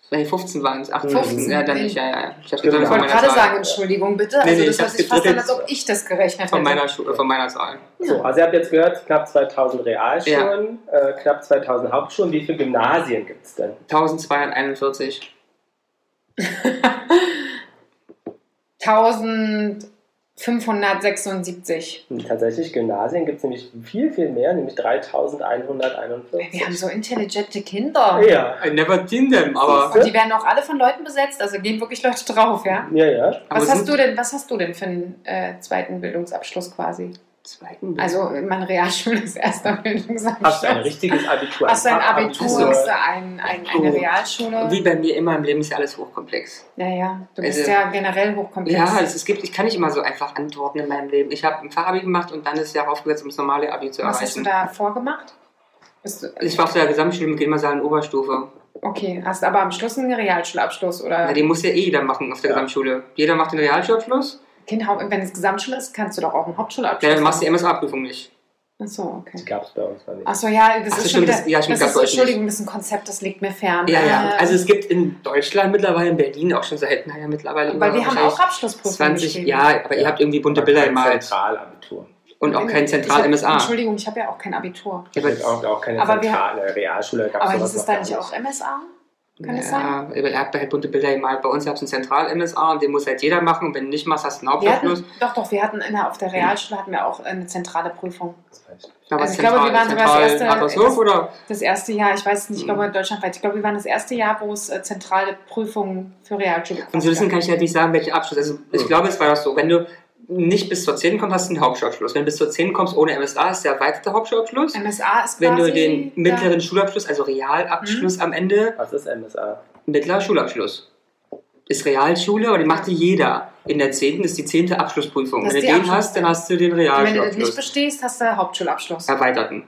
Bei 15 waren es, 8, Mhm. 15, ja, dann nicht, ja, ja. Ich hab's Stimmt. gedrittelt Genau. Ich von wollte meiner gerade Zahl. sagen, Entschuldigung, bitte. Nee, Also, nee, das ich hab's hört sich fast an, als gedrittelt. ob ich das gerechnet Von hätte. meiner, Schu- äh, von meiner Zahl. So, also ihr habt jetzt gehört, knapp 2000 Realschulen, äh, knapp 2000 Hauptschulen. Wie viele Gymnasien gibt es denn? 1241. 1576. Und tatsächlich Gymnasien gibt es nämlich viel, viel mehr, nämlich 3141. Wir haben so intelligente Kinder. Ja, I never seen them, aber. Und die werden auch alle von Leuten besetzt, also gehen wirklich Leute drauf, ja? ja, ja. aber Was hast sind- du denn, was hast du denn für einen äh, zweiten Bildungsabschluss quasi? Zweiten Also mein Realschule ist erster Bildungsabschluss. Hast du ein richtiges Abitur? Hast du ein Ab- Abitur, hast du ein, ein, eine Abitur. Realschule? Wie bei mir immer im Leben ist ja alles hochkomplex. Naja, du bist Also- ja generell hochkomplex. Ja, es, es gibt, ich kann nicht immer so einfach antworten in meinem Leben. Ich habe ein Fachabi gemacht und dann ist ja aufgesetzt, um das normale Abi zu was hast du erreichen. da vorgemacht? Bist du, Ich war auf der Gesamtschule mit Gilmersalen Oberstufe. okay, hast aber am Schluss einen Realschulabschluss oder Na, den muss ja eh jeder machen auf der Ja. Gesamtschule. Jeder macht den Realschulabschluss, Kind, Haupt- wenn es Gesamtschule ist, kannst du doch auch einen Hauptschulabschluss dann machst du die MSA-Prüfung nicht. Ach so, okay. Die gab es bei uns noch nicht. Achso, ja, das ist Ach so, schon stimmt, wieder, das- ja, stimmt, das gab's ist, bei euch nicht. Entschuldigung, das ist ein Konzept, das liegt mir fern. Ja, ja. Ähm, Also es gibt in Deutschland mittlerweile, in Berlin auch schon seit, naja, mittlerweile über weil wir haben auch wahrscheinlich Abschlussprüfungen 20, geschrieben. ja, aber ihr habt irgendwie bunte Aber Bilder kein gemalt. Zentralabitur. Und auch kein Ich hab- Zentral-MSA. Entschuldigung, ich habe ja auch kein Abitur. Ich hab auch, auch keine Aber wir- zentrale Realschule. Gab's Aber hieß sowas es noch da gar nicht auch MSA? Kann das sein? Ja, ihr habt halt bunte Bilder gemalt. Bei uns habt ihr einen Zentral-MSA und den muss halt jeder machen. Und wenn du nicht machst, hast du einen Wir Hauptabschluss. hatten, doch, doch, wir hatten in der, auf der Realschule hatten wir auch eine zentrale Prüfung. Aber Also ich glaube, wir waren sogar das zentral erste- Adlershof, oder? Das erste Jahr, ich weiß es nicht, ich Mhm. glaube deutschlandweit, ich glaube, wir waren das erste Jahr, wo es äh, zentrale Prüfungen für Realschule gab. Und so wissen kann ich halt nicht sagen, welcher Abschluss. Also ich Mhm. glaube, es war das so, wenn du nicht bis zur 10 kommst, hast du einen Hauptschulabschluss. Wenn du bis zur 10 kommst ohne MSA, ist der erweiterte Hauptschulabschluss. MSA ist quasi Mhm. Wenn du den da- mittleren Schulabschluss, also Realabschluss am Ende, Was ist MSA? mittlerer Schulabschluss. Ist Realschule, aber die macht die jeder. In der 10. ist die 10. Abschlussprüfung. Das Wenn du ist die den hast, dann hast du den Wenn du das nicht Realschulabschluss. bestehst, hast du Hauptschulabschluss. Erweiterten.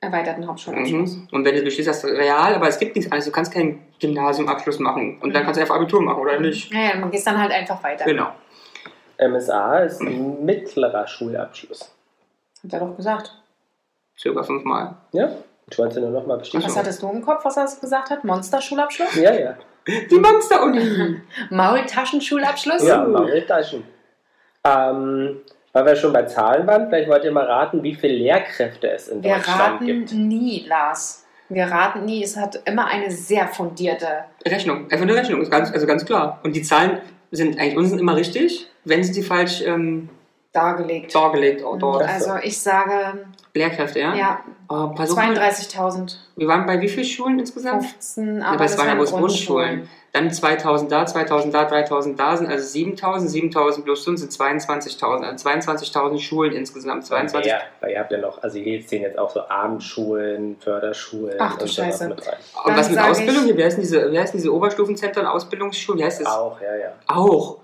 Erweiterten Hauptschulabschluss. Mhm. Und wenn du bestehst, hast du real, aber es gibt nichts anderes. Du kannst keinen Gymnasiumabschluss machen. Und dann kannst du einfach Abitur machen, oder nicht? Ja, ja, man geht dann halt einfach weiter. Mhm. Genau. MSA ist ein mittlerer Schulabschluss. Hat er doch gesagt. Circa fünfmal. Ja? Ich wollte nur nochmal bestätigen. Was hattest du im Kopf, was er gesagt hat? Monsterschulabschluss? Ja, ja. Die Monster-Uni! Maultaschenschulabschluss? Ja, Mangeltaschen. Ähm, weil wir schon bei Zahlen waren, vielleicht wollt ihr mal raten, wie viele Lehrkräfte es in Wir Deutschland raten gibt. nie, Lars. Wir raten nie. Es hat immer eine sehr fundierte. (laughs) Rechnung. Einfach eine Rechnung. Ist ganz, also ganz klar. Und die Zahlen sind eigentlich uns immer richtig, wenn sie die falsch ähm, dargelegt. dargelegt oder dort. Also ich sage, Lehrkräfte, Hm? ja? ja, Oh, pass Also auf mal. 32.000, Wir waren bei wie vielen Schulen insgesamt? 15, Ja, aber aber es das waren ja waren bloß Grundschulen. Grundschulen. Dann 2000 da, 2000 da, 3000 da sind also 7000, 7000 plus 5 sind 22.000. Also 22.000 Schulen insgesamt. 22 Ja, weil ihr habt ja noch, also hier zählen jetzt auch so Abendschulen, Förderschulen Ach du und sowas Scheiße. mit rein. Und Dann was mit sag Ausbildung ich- hier? Wie heißen diese, wie heißen diese Oberstufenzentren, Ausbildungsschulen? Wie heißt das? Auch, ja, ja. Auch.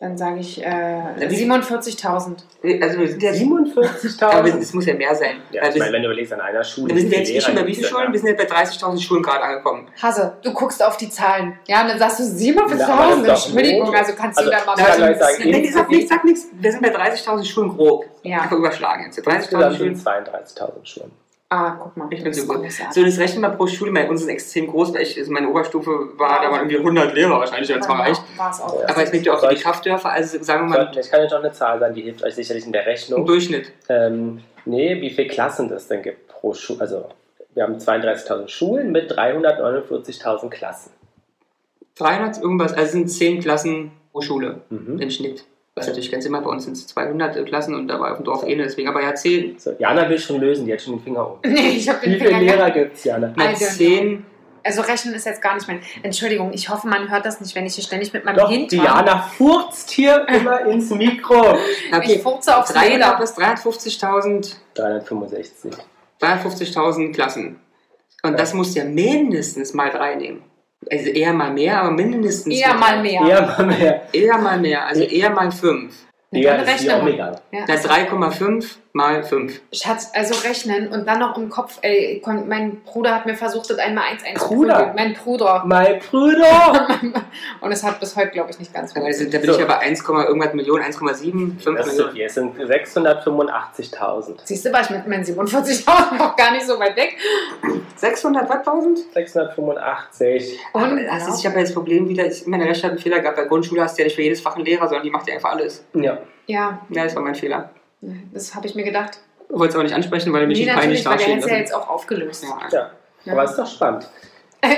Dann sage ich äh, wie- 47.000. Also wir sind ja 47.000. aber es muss ja mehr sein. Ja, ich Weil Also wir, meine, sind, wenn du überlegst, an einer Schule. wir sind jetzt viele nicht schon bei Lehrer wie vielen gibt's denn Schulen? Wir sind ja bei 30.000 Schulen gerade angekommen. Hasse, du guckst auf die Zahlen. Ja, und dann sagst du Na, aber 47.000. das ist doch Entschuldigung, gut. also kannst Also, du da mal na, ich kann ein gleich sagen, bisschen- Nee, nee, sag nichts, sag nichts. Wir sind bei 30.000 Schulen grob. Ja. Einfach überschlagen jetzt. da? 30.000 Insgesamt Schulen. sind 32.000 Schulen. Ah, guck mal. Ich bin das so ist gut. großartig. So, das rechnen wir pro Schule. Meine, uns ist extrem groß, weil ich, also meine Oberstufe war, da waren irgendwie 100 Lehrer wahrscheinlich, wenn es mal reicht. War es auch. Aber es (laughs) gibt ja auch die Kraftdörfer, also sagen wir mal Ich kann jetzt noch eine Zahl sagen, die hilft euch sicherlich in der im Rechnung. Durchschnitt. Ähm, nee, wie viele Klassen es denn gibt pro Schule. Also, wir haben 32.000 Schulen mit 349.000 Klassen. 300 irgendwas, also sind 10 Klassen pro Schule. Mhm. im Schnitt. Was natürlich ganz immer bei uns sind es 200 Klassen und da war auf dem Dorf eh nicht, deswegen aber ja 10. So, Jana will schon lösen, die hat schon den Finger oben. Nee, ich habe Wie den viele Finger Lehrer gibt es, Jana? Na, I don't 10. Also rechnen ist jetzt gar nicht mein. Entschuldigung, ich hoffe, man hört das nicht, wenn ich hier ständig mit meinem Doch, Hintern. Diana (laughs) furzt hier immer ins Mikro. Na, Ich Okay, furze aufs 300 Leder. bis 350.000 365. 350.000 Klassen. Und das musst du ja mindestens mal 3 nehmen. Also eher mal mehr, aber mindestens. Eher mit- mal mehr. Ja, mal mehr. Eher mal mehr, also eher mal 5. Eine Ja, tolle das ist mir auch Rechnung. egal. Ja. Na, 3,5 mal 5. Schatz, also rechnen und dann noch im Kopf, ey, komm, mein Bruder hat mir versucht, das einmal eins eins zu Bruder? prügeln. Mein Bruder. Mein Bruder! (laughs) Und es hat bis heute, glaube ich, nicht ganz Also, funktioniert. da bin So. ich aber 1, Komma irgendwas Millionen, 1,7, 5 Das sind Millionen. viel. Es sind 685.000. Siehst du, war ich mit meinen 47.000 (laughs) noch gar nicht so weit weg. 600 Watttausend? 685. Und Und hast du, ich habe jetzt das Problem wieder, ich, meine Rechnung hat einen Fehler gehabt. Bei Grundschule hast du ja nicht für jedes Fach einen Lehrer, sondern die macht ja einfach alles. Ja. ja, Ja, das war mein Fehler. das habe ich mir gedacht. Wollte es aber nicht ansprechen, weil du mich Nee, nicht peinlich natürlich, weil der dastehen hätte ja lassen. jetzt auch aufgelöst. Äh, Ja. ja. Aber ist doch spannend.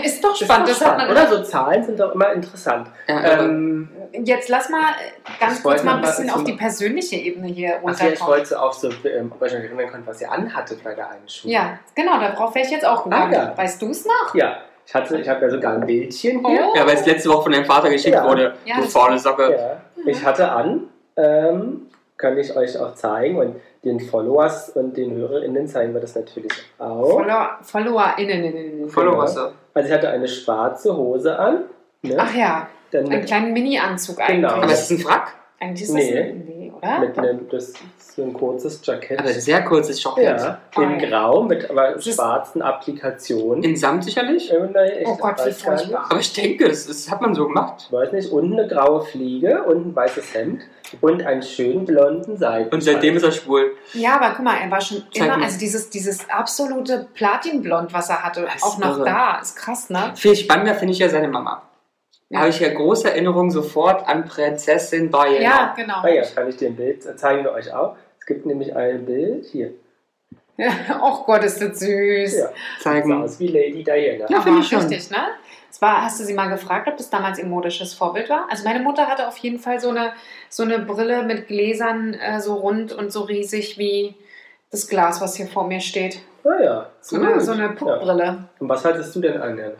Ist doch Ist spannend, doch das hat man. spannend, oder? So Zahlen sind doch immer interessant. Ja, aber- Ähm, Jetzt lass mal äh, ganz Ich kurz wollte mal ein noch mal bisschen zum- auf die persönliche Ebene hier ach ja, ich runterkommen. wollte auch so, ähm, ob ihr euch noch erinnern könnt, was ihr anhattet bei der einen Schule. Ja, genau, darauf wäre ich jetzt auch gegangen. Ah, ja. Weißt du es noch? Ja. Ich, hatte- ich habe ja sogar ein Bildchen hier. Oh. ja, weil es letzte Woche von deinem Vater geschickt Ja. wurde. Ja, du das- faule Socke. Ja, ich hatte an, ähm, kann ich euch auch zeigen und den Followers und den HörerInnen zeigen wir das natürlich auch. Follower, FollowerInnen. Volle Wasser. Also ich hatte eine schwarze Hose an. Ne? Ach ja, Dann einen mit, kleinen Mini-Anzug eigentlich. Genau. Aber es ist ein Frack. Eigentlich ist das Nee. ein, nee, oder? mit einem, das ist so ein kurzes Jackett. Aber sehr kurzes Schockett. ja, in Grau mit aber Es ist- schwarzen Applikationen. In Samt sicherlich. Äh, nein, ich Oh Gott, wie weiß gar nicht. furchtbar. Aber ich denke, das, das hat man so gemacht. Ich weiß nicht, und eine graue Fliege und ein weißes Hemd und einen schönen blonden Seiten. Und seitdem ist er schwul. Ja, aber guck mal, er war schon Zeig immer, mal. also dieses, dieses absolute Platinblond, was er hatte, Das ist auch noch irre. da. Ist krass, ne? Viel spannender finde ich ja seine Mama. Ja. Habe ich ja große Erinnerungen sofort an Prinzessin Diana. Ja, genau. Ah ja, kann ich dir ein Bild, zeigen wir euch auch. Es gibt nämlich ein Bild hier. oh Gott, ist das süß. Ja. Sieht Zeigen. aus wie Lady Diana. Ja, Ja, finde aber ich schon. richtig, ne? Es war, hast du sie mal gefragt, ob das damals ihr modisches Vorbild war? Also meine Mutter hatte auf jeden Fall so eine, so eine Brille mit Gläsern äh, so rund und so riesig wie das Glas, was hier vor mir steht. Ah ja. So eine, Gut. so eine Puckbrille. Und was hattest du denn an? Jan?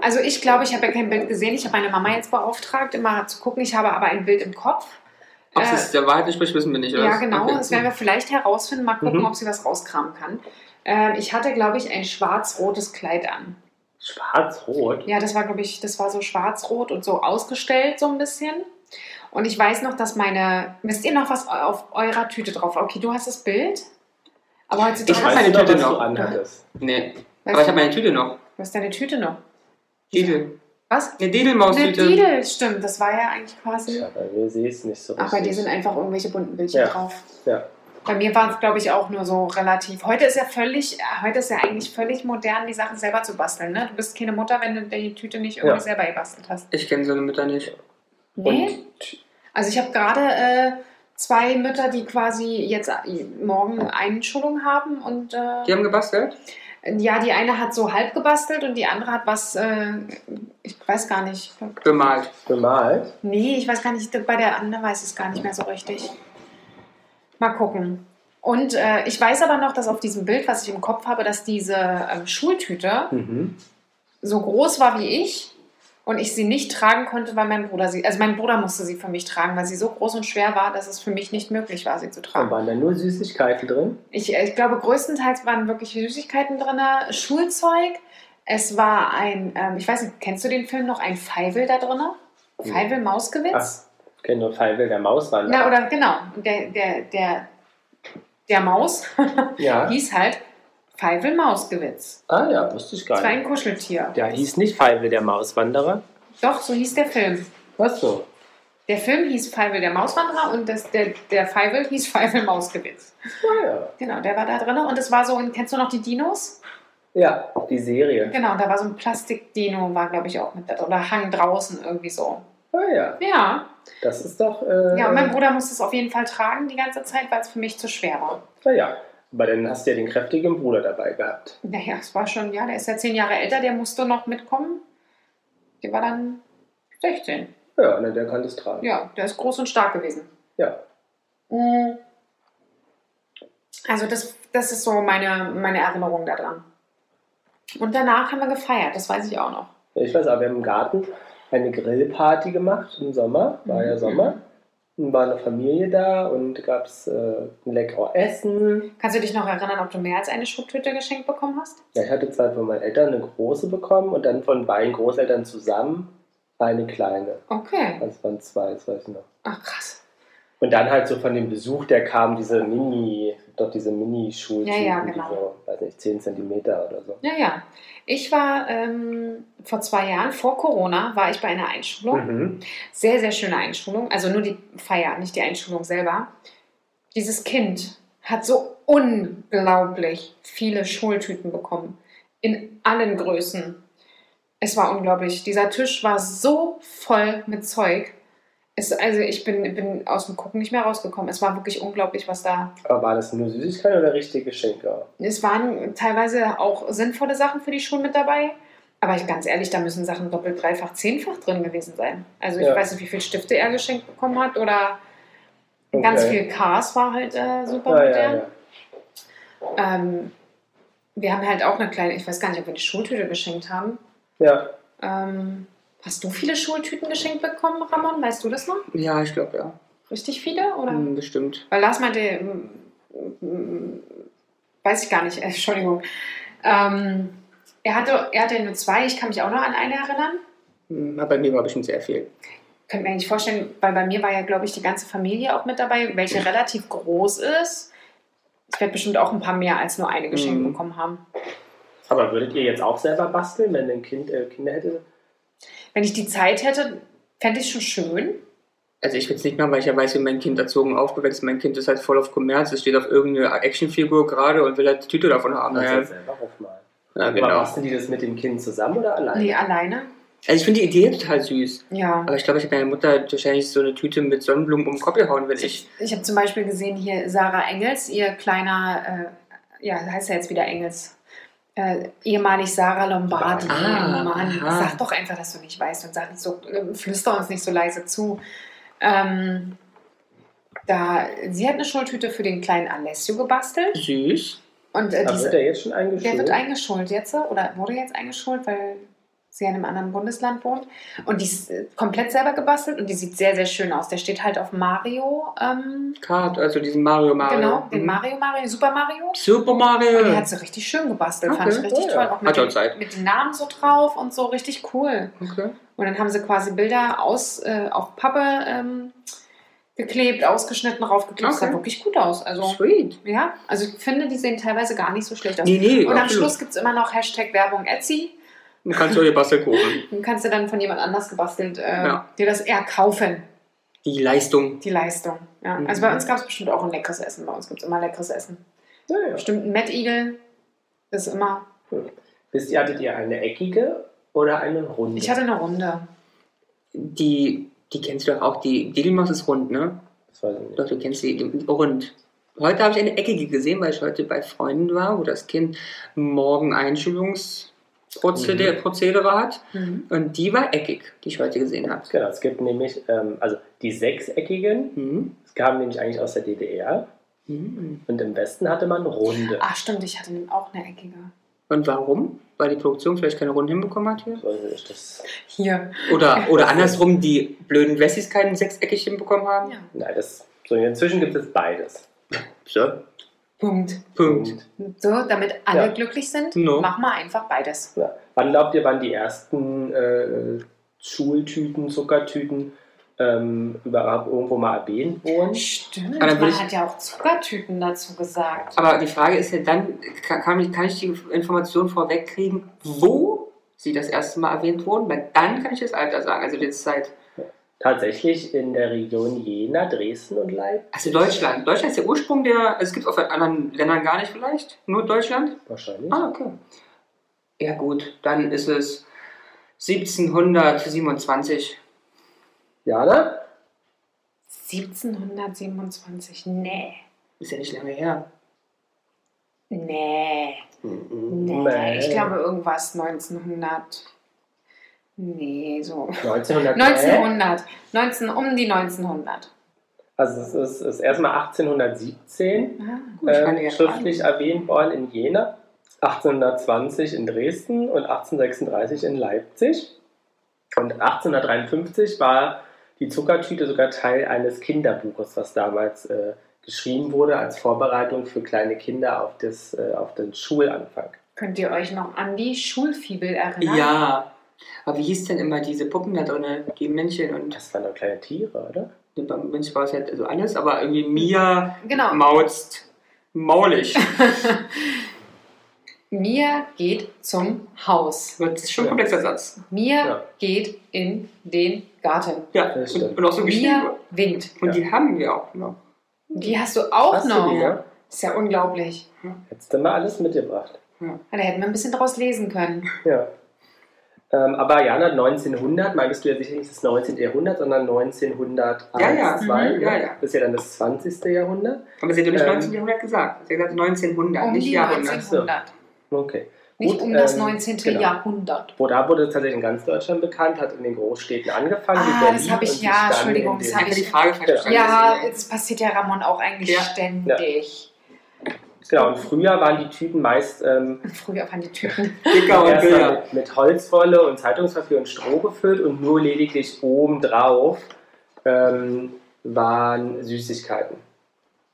Also ich glaube, ich habe ja kein Bild gesehen. Ich habe meine Mama jetzt beauftragt, immer zu gucken. Ich habe aber ein Bild im Kopf. Ob Äh, es der Wahrheit entspricht, wissen wir nicht, oder? Ja, genau. Okay. Das werden wir vielleicht herausfinden. Mal gucken, Mhm. ob sie was rauskramen kann. Ähm, ich hatte, glaube ich, ein schwarz-rotes Kleid an. Schwarz-Rot. Ja, das war, glaube ich, das war so schwarz-rot und so ausgestellt so ein bisschen. Und ich weiß noch, dass meine... Wisst ihr noch, was eu- auf eurer Tüte drauf war? Okay, du hast das Bild. Aber heutzutage... Ich hab Weißt meine du noch, Tüte was du noch. anhattest? Nee. weißt Aber ich du, habe meine Tüte noch. du hast deine Tüte noch. Didel. Was? Eine Eine Didelmaus-Tüte. Didel, stimmt. Das war ja eigentlich Ich quasi... hab- Wir sehen es nicht so Ach, richtig. bei dir sind einfach irgendwelche bunten Bildchen Ja. drauf. Ja. Bei mir waren es, glaube ich, auch nur so relativ. Heute ist ja völlig, heute ist ja eigentlich völlig modern, die Sachen selber zu basteln. Ne? Du bist keine Mutter, wenn du die Tüte nicht irgendwie Ja. selber gebastelt hast. Ich kenne so eine Mütter nicht. Nee? Und Also ich habe gerade äh, zwei Mütter, die quasi jetzt äh, morgen Einschulung haben und äh, Die ja. haben gebastelt? die eine hat so halb gebastelt und die andere hat was, äh, ich weiß gar nicht. Ich glaub- Bemalt. bemalt. Nee, ich weiß gar nicht, bei der anderen weiß ich es gar nicht mehr so richtig. Mal gucken. Und äh, ich weiß aber noch, dass auf diesem Bild, was ich im Kopf habe, dass diese ähm, Schultüte Mhm. so groß war wie ich und ich sie nicht tragen konnte, weil mein Bruder sie, also mein Bruder musste sie für mich tragen, weil sie so groß und schwer war, dass es für mich nicht möglich war, sie zu Und tragen. waren da nur Süßigkeiten drin? Ich, äh, ich glaube, größtenteils waren wirklich Süßigkeiten drin, Schulzeug. Es war ein, ähm, ich weiß nicht, kennst du den Film noch, ein Feivel da drin? Feivel Mausgewitz? Ich kenne nur Fallwill der Maus waren. Na, da. oder genau, der, der, der, der Maus (laughs) Ja. hieß halt Feivel Mausgewitz. Ah ja, wusste ich Das gar war ein nicht. Kuscheltier. Der hieß nicht Fallwill der Mauswanderer. Doch, so hieß der Film. Was so? Der Film hieß Feivel der Mauswanderer und das, der, der Feivel hieß (laughs) Feivel Mausgewitz. Ah, ja. Genau, der war da drin und es war so, ein- kennst du noch die Dinos? ja, die Serie. Genau, da war so ein Plastik-Dino, war glaube ich auch mit da oder hang draußen irgendwie so. Ah ja, Ja, das ist doch. Äh, ja und mein Bruder musste es auf jeden Fall tragen die ganze Zeit, weil es für mich zu schwer war. Na ja, aber dann hast du ja den kräftigen Bruder dabei gehabt. Naja, es war schon, ja, der ist ja zehn Jahre älter, der musste noch mitkommen. Der war dann 16. Ja, na, der kann das tragen. Ja, der ist groß und stark gewesen. Ja. Mm. Also das, das ist so meine, meine Erinnerung daran. Und danach haben wir gefeiert, das weiß ich auch noch. Ich weiß auch, wir haben im Garten eine Grillparty gemacht im Sommer, war ja Mhm. Sommer. war eine Familie da und gab es äh, ein leckeres Essen. Kannst du dich noch erinnern, ob du mehr als eine Schrubbtüte geschenkt bekommen hast? Ja, ich hatte zwar von meinen Eltern eine große bekommen und dann von beiden Großeltern zusammen eine kleine. Okay. Das waren zwei, das weiß ich noch. Ach krass. Und dann halt so von dem Besuch, der kam, diese Mini, doch diese Mini-Schultüten, Ja, ja, genau. die so, weiß nicht, 10 Zentimeter oder so. Ja, ja. Ich war ähm, vor zwei Jahren, vor Corona, war ich bei einer Einschulung. Mhm. Sehr, sehr schöne Einschulung. Also nur die Feier, nicht die Einschulung selber. Dieses Kind hat so unglaublich viele Schultüten bekommen. In allen Größen. Es war unglaublich. Dieser Tisch war so voll mit Zeug. Es, also ich bin, bin aus dem Gucken nicht mehr rausgekommen. Es war wirklich unglaublich, was da Aber waren das nur Süßigkeiten oder richtige Geschenke? es waren teilweise auch sinnvolle Sachen für die Schulen mit dabei. Aber ich, ganz ehrlich, da müssen Sachen doppelt, dreifach, zehnfach drin gewesen sein. Also ich Ja. weiß nicht, wie viele Stifte er geschenkt bekommen hat oder ganz viel Cars war halt äh, super Ja, ja, modern. ja. Ähm, wir haben halt auch eine kleine, ich weiß gar nicht, ob wir die Schultüte geschenkt haben. ja. Ähm, hast du viele Schultüten geschenkt bekommen, Ramon? Weißt du das noch? Ja, ich glaube, ja. Richtig viele? Oder? Hm, Bestimmt. Weil Lars meinte, ähm, ähm, weiß ich gar nicht, (laughs) äh, Entschuldigung. Ähm, er, hatte, er hatte nur zwei, ich kann mich auch noch an eine erinnern. Hm, aber Bei mir war bestimmt sehr viel. Könnte mir eigentlich vorstellen, weil bei mir war ja, glaube ich, die ganze Familie auch mit dabei, welche relativ groß ist. Ich werde bestimmt auch ein paar mehr als nur eine geschenkt Mhm. bekommen haben. Aber würdet ihr jetzt auch selber basteln, wenn ihr ein Kind, äh, Kinder hättet? Wenn ich die Zeit hätte, fände ich schon schön. Also ich will es nicht machen, weil ich ja weiß, wie mein Kind erzogen und aufgewachsen ist. Mein Kind ist halt voll auf Kommerz, es steht auf irgendeine Actionfigur gerade und will halt die Tüte davon haben. Kannst du Ja, jetzt selber aufmalen. ja Aber genau. basteln die das mit dem Kind zusammen oder alleine? Nee, alleine. Also ich finde die Idee total süß. Ja. Aber ich glaube, ich hätte meine Mutter wahrscheinlich so eine Tüte mit Sonnenblumen um den Kopf gehauen, wenn ich. Ich habe zum Beispiel gesehen hier Sarah Engels, ihr kleiner, äh, ja, heißt ja jetzt wieder Engels, äh, ehemalig Sarah Lombardi. Ah, Mann, aha. sag doch einfach, dass du nicht weißt und sag nicht so, äh, flüster uns nicht so leise zu. Ähm, da, sie hat eine Schultüte für den kleinen Alessio gebastelt Süß. und Ah, äh, Aber diese, wird der, er jetzt schon eingeschult? wird eingeschult jetzt oder wurde jetzt eingeschult, weil sie ja in einem anderen Bundesland wohnt. Und die ist äh, komplett selber gebastelt und die sieht sehr, sehr schön aus. Der steht halt auf Mario. Ähm, Kart, also diesen Mario Mario. Genau, den Mhm. Mario Mario, Super Mario. Super Und Mario. die hat sie richtig schön gebastelt, fand Okay, ich richtig oh ja. toll. Auch mit, Hat ja den, Zeit. mit den Namen so drauf und so, richtig cool. Okay. Und dann haben sie quasi Bilder aus, äh, auf Pappe ähm, geklebt, ausgeschnitten, raufgeklebt. Das Okay. sah wirklich gut aus. Also, Sweet. ja, also ich finde, die sehen teilweise gar nicht so schlecht aus. Nee, nee, und am absolut. Schluss gibt es immer noch Hashtag Werbung Etsy. Dann kannst du dir Bastelkuchen. Dann kannst du dann von jemand anders gebastelt äh, Ja. dir das eher kaufen, Die Leistung. die Leistung. Ja. Also Mhm. bei uns gab es bestimmt auch ein leckeres Essen. Bei uns gibt es immer leckeres Essen. Ja, ja. Bestimmt ein Mettigel ist immer. Wisst ihr, hattet ihr eine eckige oder eine runde? Ich hatte eine Runde. Die, die kennst du doch auch. Die, die Maus ist rund, ne? das weiß ich Doch, nicht. du kennst die, die rund. Heute habe ich eine eckige gesehen, weil ich heute bei Freunden war, wo das Kind morgen Einschulungsprozedere Prozedere hat. Mhm. Und die war eckig, die ich heute gesehen habe. Genau, es gibt nämlich, ähm, also die sechseckigen Mhm. kamen nämlich eigentlich aus der DDR Mhm. und im Westen hatte man runde. Ach stimmt, ich hatte auch eine eckige. Und warum? Weil die Produktion vielleicht keine Runde hinbekommen hat hier? Ich weiß nicht, das, Hier. Oder, oder andersrum, die blöden Wessis keinen sechseckig hinbekommen haben? Ja. nein, das, so inzwischen gibt es beides. So. Punkt. Punkt. So, damit alle Ja. glücklich sind, No. mach mal einfach beides. Ja. Wann glaubt ihr, waren die ersten äh, Schultüten, Zuckertüten ähm, überhaupt irgendwo mal erwähnt wurden? Stimmt. Aber dann würde Man ich- hat ja auch Zuckertüten dazu gesagt. Aber die Frage ist ja dann, kann, kann, ich, kann ich die Information vorwegkriegen, wo sie das erste Mal erwähnt wurden? Weil dann kann ich das Alter sagen, also die Zeit. Tatsächlich in der Region Jena, Dresden und Leipzig Also Deutschland. Deutschland ist der Ursprung der, also es gibt es auch in anderen Ländern gar nicht vielleicht, nur Deutschland. wahrscheinlich. Ah, okay. Ja gut, dann ist es 1727. Jana? 1727. Nee. Ist ja nicht lange her. Nee. Nee. Nee. Ich glaube irgendwas 1900. Nee, so. 1900. 1900. 19, um die 1900. Also es ist, ist erstmal 1817 Ah. Gut, ich kann äh, ja schriftlich erwähnt worden in Jena, 1820 in Dresden und 1836 in Leipzig. Und 1853 war die Zuckertüte sogar Teil eines Kinderbuches, was damals äh, geschrieben wurde als Vorbereitung für kleine Kinder auf, das, äh, auf den Schulanfang. Könnt ihr euch noch an die Schulfibel erinnern? Ja. Aber wie hieß denn immer diese Puppen da drin, die Männchen und Das waren doch kleine Tiere, oder? beim Mensch war es halt so alles, aber irgendwie Mia Genau. mauzt maulig. Mia geht zum Haus. Das ist schon ein komplexer Satz. Mia Ja. geht in den Garten. Ja, Das und, stimmt. und auch so geschrieben. Mia winkt. Und die haben wir auch noch. Die hast du auch Hast du noch. die, ja? Ist ja unglaublich. Hättest du mal alles mitgebracht. Da hätten wir ein bisschen draus lesen können. Ja. Ähm, aber Jana, 1900, meintest du ja sicher nicht das 19. Jahrhundert, sondern 1901, Ja, ja. Zwei, ne? Mhm. Ja, ja. Das ist ja dann das 20. Jahrhundert. Aber sie hat ja nicht Ähm. 1900 gesagt. Sie hat gesagt 1900, um nicht die Jahrhundert. 1900. Okay. Nicht Gut, um das ähm, 19. genau. Jahrhundert. Roda wurde tatsächlich in ganz Deutschland bekannt, hat in den Großstädten angefangen. Ah, wie Berlin, das hab ich- und sich ja, dann Entschuldigung, in den- das hab Einfach die Frage falsch Ja. verstanden. Ja, jetzt passiert ja Ramon auch eigentlich Ja. ständig. Genau, und früher waren die Tüten meist ähm, Früher waren die Typen. Dicker und genau. erstmal Bilder. mit, mit Holzwolle und Zeitungspapier und Stroh gefüllt und nur lediglich obendrauf ähm, waren Süßigkeiten.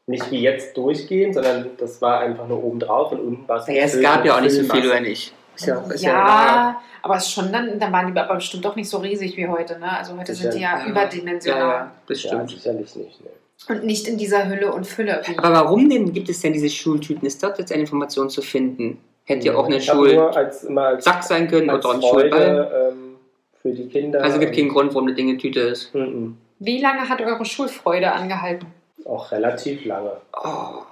Nicht wie jetzt durchgehend, sondern das war einfach nur obendrauf und unten war es. Naja, es gefüllt gab mit ja auch nicht so viel, Füllmasse. oder nicht? Ist ja, ist ja egal. Ja, aber es ist schon dann, dann waren die aber bestimmt doch nicht so riesig wie heute. Ne? Also heute sind die ja, Ja. Ja, überdimensional ja, das Ja, stimmt. sicherlich nicht. Ne. und nicht in dieser Hülle und Fülle. Wie Aber warum denn gibt es denn diese Schultüten? Ist dort jetzt eine Information zu finden? Hätte ja auch eine Ich hab Schulsack Nur als, immer als, sein können als oder ein Schulball. Freude ähm, für die Kinder. Also gibt keinen Grund, warum eine Dinge Tüte ist. Mhm. Wie lange hat eure Schulfreude angehalten? Auch relativ lange. Oh,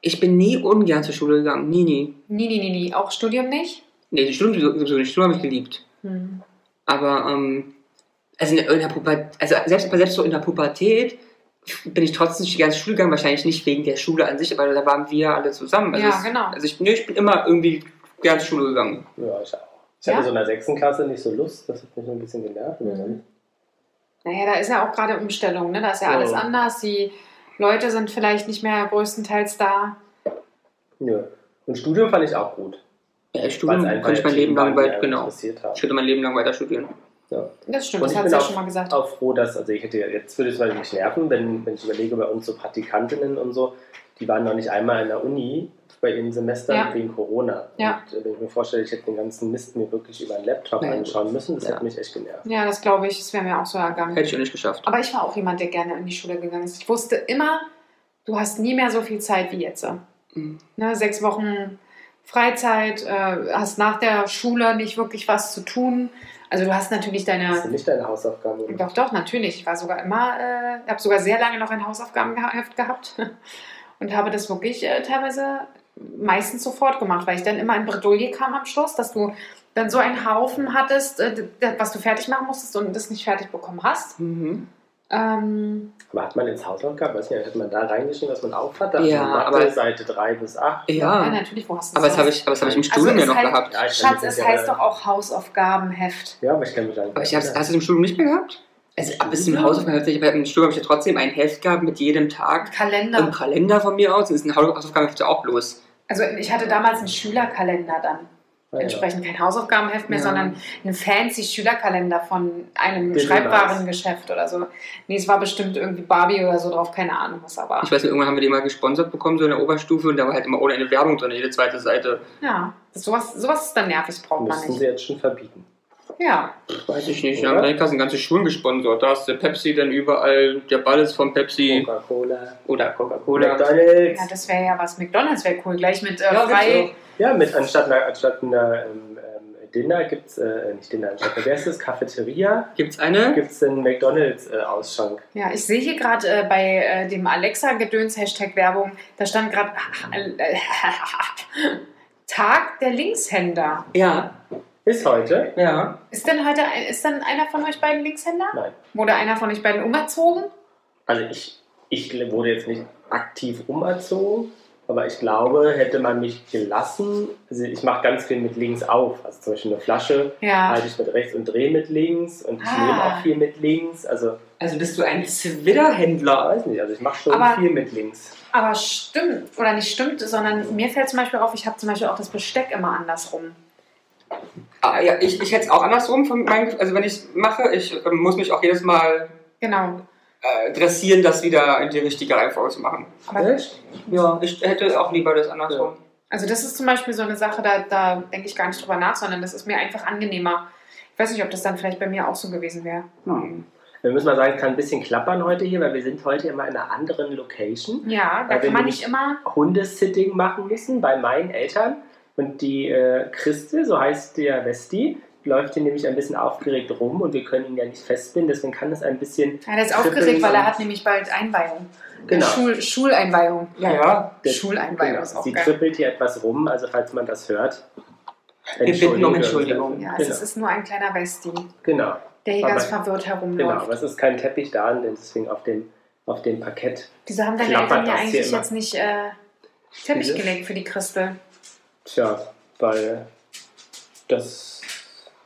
ich bin nie ungern zur Schule gegangen. Nie, nie. Nie, nie, nie, nie. Auch Studium nicht? Nee, die Schule, die Schule habe ich geliebt. Hm. Aber, ähm, also, in der, in der Pubertät, also selbst, selbst so in der Pubertät bin ich trotzdem nicht die ganze Schule gegangen, wahrscheinlich nicht wegen der Schule an sich, aber da waren wir alle zusammen. Also Ja, es, genau. Also ich, nee, ich bin immer irgendwie gern zur Schule gegangen. Ja, ich auch. Ich Ja? hatte so in der sechsten Klasse nicht so Lust, das hat mich ein bisschen genervt. aber Mhm. dann- Naja, da ist ja auch gerade Umstellung, ne? Da ist ja Ja. alles anders. Die Leute sind vielleicht nicht mehr größtenteils da. Nö. Und Studium fand ich auch gut. Ja, weil Studium es einfach konnte ich mein Themen Leben lang waren, die weit, einen genau. interessiert Ich haben. würde mein Leben lang weiter studieren. Ja. Das stimmt, Und das ich hat bin sie ja auch- schon mal gesagt. Auch froh, dass, also ich hätte ja- jetzt würde es mich nerven, wenn, wenn ich überlege, bei uns so Praktikantinnen und so, die waren noch nicht einmal in der Uni bei ihren Semestern Ja. wegen Corona. Ja. Und äh, wenn ich mir vorstelle, ich hätte den ganzen Mist mir wirklich über einen Laptop Ja. anschauen müssen, das Ja. hat mich echt genervt. Ja, das glaube ich, das wäre mir auch so ergangen. Hätte ich auch nicht geschafft. Aber ich war auch jemand, der gerne in die Schule gegangen ist. Ich wusste immer, du hast nie mehr so viel Zeit wie jetzt. Mhm. Ne? Sechs Wochen Freizeit, äh, hast nach der Schule nicht wirklich was zu tun. Also du hast natürlich Hast du deine... nicht deine Hausaufgaben gemacht? Doch, doch, natürlich. Ich war sogar immer, äh, habe sogar sehr lange noch ein Hausaufgabenheft gehabt (laughs) und habe das wirklich äh, teilweise meistens sofort gemacht, weil ich dann immer in Bredouille kam am Schluss, dass du dann so einen Haufen hattest, äh, d- was du fertig machen musstest und das nicht fertig bekommen hast. Mhm. Ähm, Aber hat man ins Hausaufgaben, weiß nicht, hat man da reingeschrieben, was man auch hat? Da Ja, hat man aber- Seite 3 bis 8. Ja, Ja, natürlich, wo hast du Ah. aber das habe sonst? ich, aber das habe ich im Also Studium es halt- ja noch heißt- gehabt. Ja, ich kann Schatz, mich es nicht heißt doch erinnern. auch Hausaufgabenheft. Ja, aber ich kann mich sagen. Aber ich hab's, hast du es im Studium nicht mehr gehabt? Also, ab bis Mhm. zum Hausaufgaben, aber im Studium habe ich ja trotzdem ein Heft gehabt mit jedem Tag. Im Kalender. Kalender von mir aus. Das ist ein Hausaufgabenheft ja auch bloß. Also ich hatte damals einen Schülerkalender dann. Entsprechend kein Hausaufgabenheft mehr, Ja. sondern einen fancy Schülerkalender von einem Disney Schreibwarengeschäft oder so. Nee, es war bestimmt irgendwie Barbie oder so drauf, keine Ahnung, was da war. Ich weiß nicht, irgendwann haben wir die mal gesponsert bekommen, so in der Oberstufe, und da war halt immer ohne eine Werbung drin, jede zweite Seite. Ja, das, sowas, sowas ist dann nervig, braucht man Müssten nicht. sie jetzt schon verbieten. Ja, Weiß ich nicht. Oder? Ja, dann hast du ganze Schulen gesponsert. Da hast du Pepsi dann überall, der Ball ist von Pepsi Coca-Cola, oder Coca-Cola. McDonalds. ja das wäre ja was. McDonalds wäre cool, gleich mit äh, Ja, frei. Ja, mit, anstatt einer, anstatt einer ähm, ähm, Dinner gibt es, äh, nicht Dinner, anstatt der Gäste, Cafeteria, Gibt's eine? gibt es einen äh, McDonalds-Ausschank. Ja, ich sehe hier gerade äh, bei äh, dem Alexa-Gedöns-Hashtag-Werbung, da stand gerade (laughs) Tag der Linkshänder. Ja. Ist heute? Ja. Ist denn heute ein, ist denn einer von euch beiden Linkshänder? Nein. Wurde einer von euch beiden umerzogen? Also ich, ich wurde jetzt nicht aktiv umerzogen, aber ich glaube, hätte man mich gelassen, also ich mache ganz viel mit links auf, also zum Beispiel eine Flasche Ja. halte ich mit rechts und drehe mit links und ich Ah. nehme auch viel mit links, also Also bist du ein ich Zwitterhändler. weiß nicht, also ich mache schon Aber- viel mit links. Aber stimmt, oder nicht stimmt, sondern mir fällt zum Beispiel auf, ich habe zum Beispiel auch das Besteck immer andersrum. Ah, ja, ich, ich hätte es äh, auch andersrum. Von meinem, also wenn ich mache, ich ähm, muss mich auch jedes Mal Genau. äh, dressieren, das wieder in die richtige Reihenfolge zu machen. Aber, Echt? Ja, ich hätte auch lieber das andersrum. also das ist zum Beispiel so eine Sache, da, da denke ich gar nicht drüber nach, sondern das ist mir einfach angenehmer. Ich weiß nicht, ob das dann vielleicht bei mir auch so gewesen wäre. Hm. Wir müssen mal sagen, es kann ein bisschen klappern heute hier, weil wir sind heute immer in einer anderen Location. Ja, da Weil wenn kann man du nicht nicht- immer. Hundesitting machen müssen bei meinen Eltern. Und die äh, Christel, so heißt der Westi, läuft hier nämlich ein bisschen aufgeregt rum und wir können ihn ja nicht festbinden. Deswegen kann das ein bisschen. Ja, der ist Schippe aufgeregt, weil er und- hat nämlich bald Einweihung. Genau. Schul, Schuleinweihung. Ja, ja. Das- Schuleinweihung ist auch Sie geil. kribbelt hier etwas rum, also falls man das hört. Wir bitten Entschuldigung. um Entschuldigung. Ja, Ja, also genau. es ist nur ein kleiner Westi, genau, der hier ganz Aber- verwirrt genau. herumläuft. Aber es ist kein Teppich da, und deswegen auf dem, auf dem Parkett. Wieso haben deine Klappert Eltern ja das hier eigentlich immer. jetzt nicht äh, Teppich Wieso? gelegt für die Christel? Tja, weil das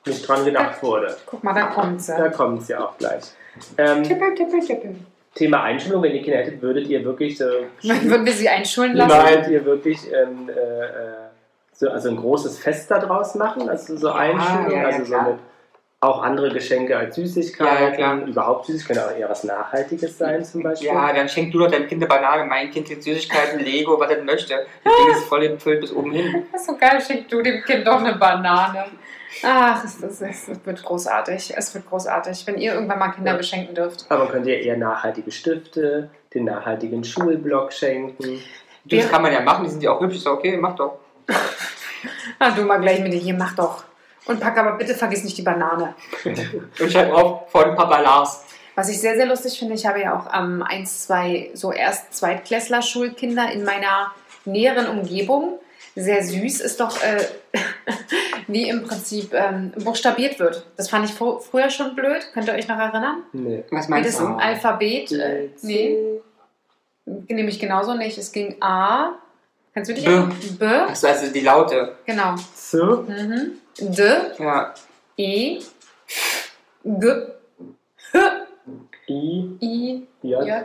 nicht dran gedacht wurde. Guck mal, da kommt sie. Da kommt es ja auch gleich. Ähm, Tippel, tippel, tippel. Thema Einschulung, wenn ihr Kinder hättet, würdet ihr wirklich so. Würden wir sie einschulen lassen? Würdet ihr wirklich ähm, äh, äh, so, also ein großes Fest daraus machen? Also so Einschulung, ja, ja, also so klar. mit auch andere Geschenke als Süßigkeiten, Ja, ja, klar. überhaupt Süßigkeiten, kann auch eher was Nachhaltiges sein zum Beispiel. Ja, dann schenk du doch deinem Kind eine Banane, mein Kind kriegt Süßigkeiten, Lego, was er möchte. Das Ding ist voll gefüllt bis oben hin. Das ist so geil, schick du dem Kind doch eine Banane. Ach, es, ist, es wird großartig. Es wird großartig, wenn ihr irgendwann mal Kinder Ja. beschenken dürft. Aber man könnte ja eher nachhaltige Stifte, den nachhaltigen Schulblock schenken. Das kann man ja machen, die sind ja auch hübsch, ist ja okay, mach doch. Ah, du mal gleich mit dir hier, mach doch. Und pack aber bitte vergiss nicht die Banane. Und schreib auf von Papa Lars. Was ich sehr, sehr lustig finde, ich habe ja auch ähm, eins, zwei, so erst Zweitklässler-Schulkinder in meiner näheren Umgebung. Sehr süß ist doch, äh, (laughs) wie im Prinzip ähm, buchstabiert wird. Das fand ich fro- früher schon blöd. Könnt ihr euch noch erinnern? Nee. Was Wie meinst das du? im Alphabet. Äh, nee. Nehme ich genauso nicht. Es ging A. Kannst du dich B. erinnern? B. Achso, also die Laute. Genau. So? Mhm. D. Ja. E. G. I, I. J, J.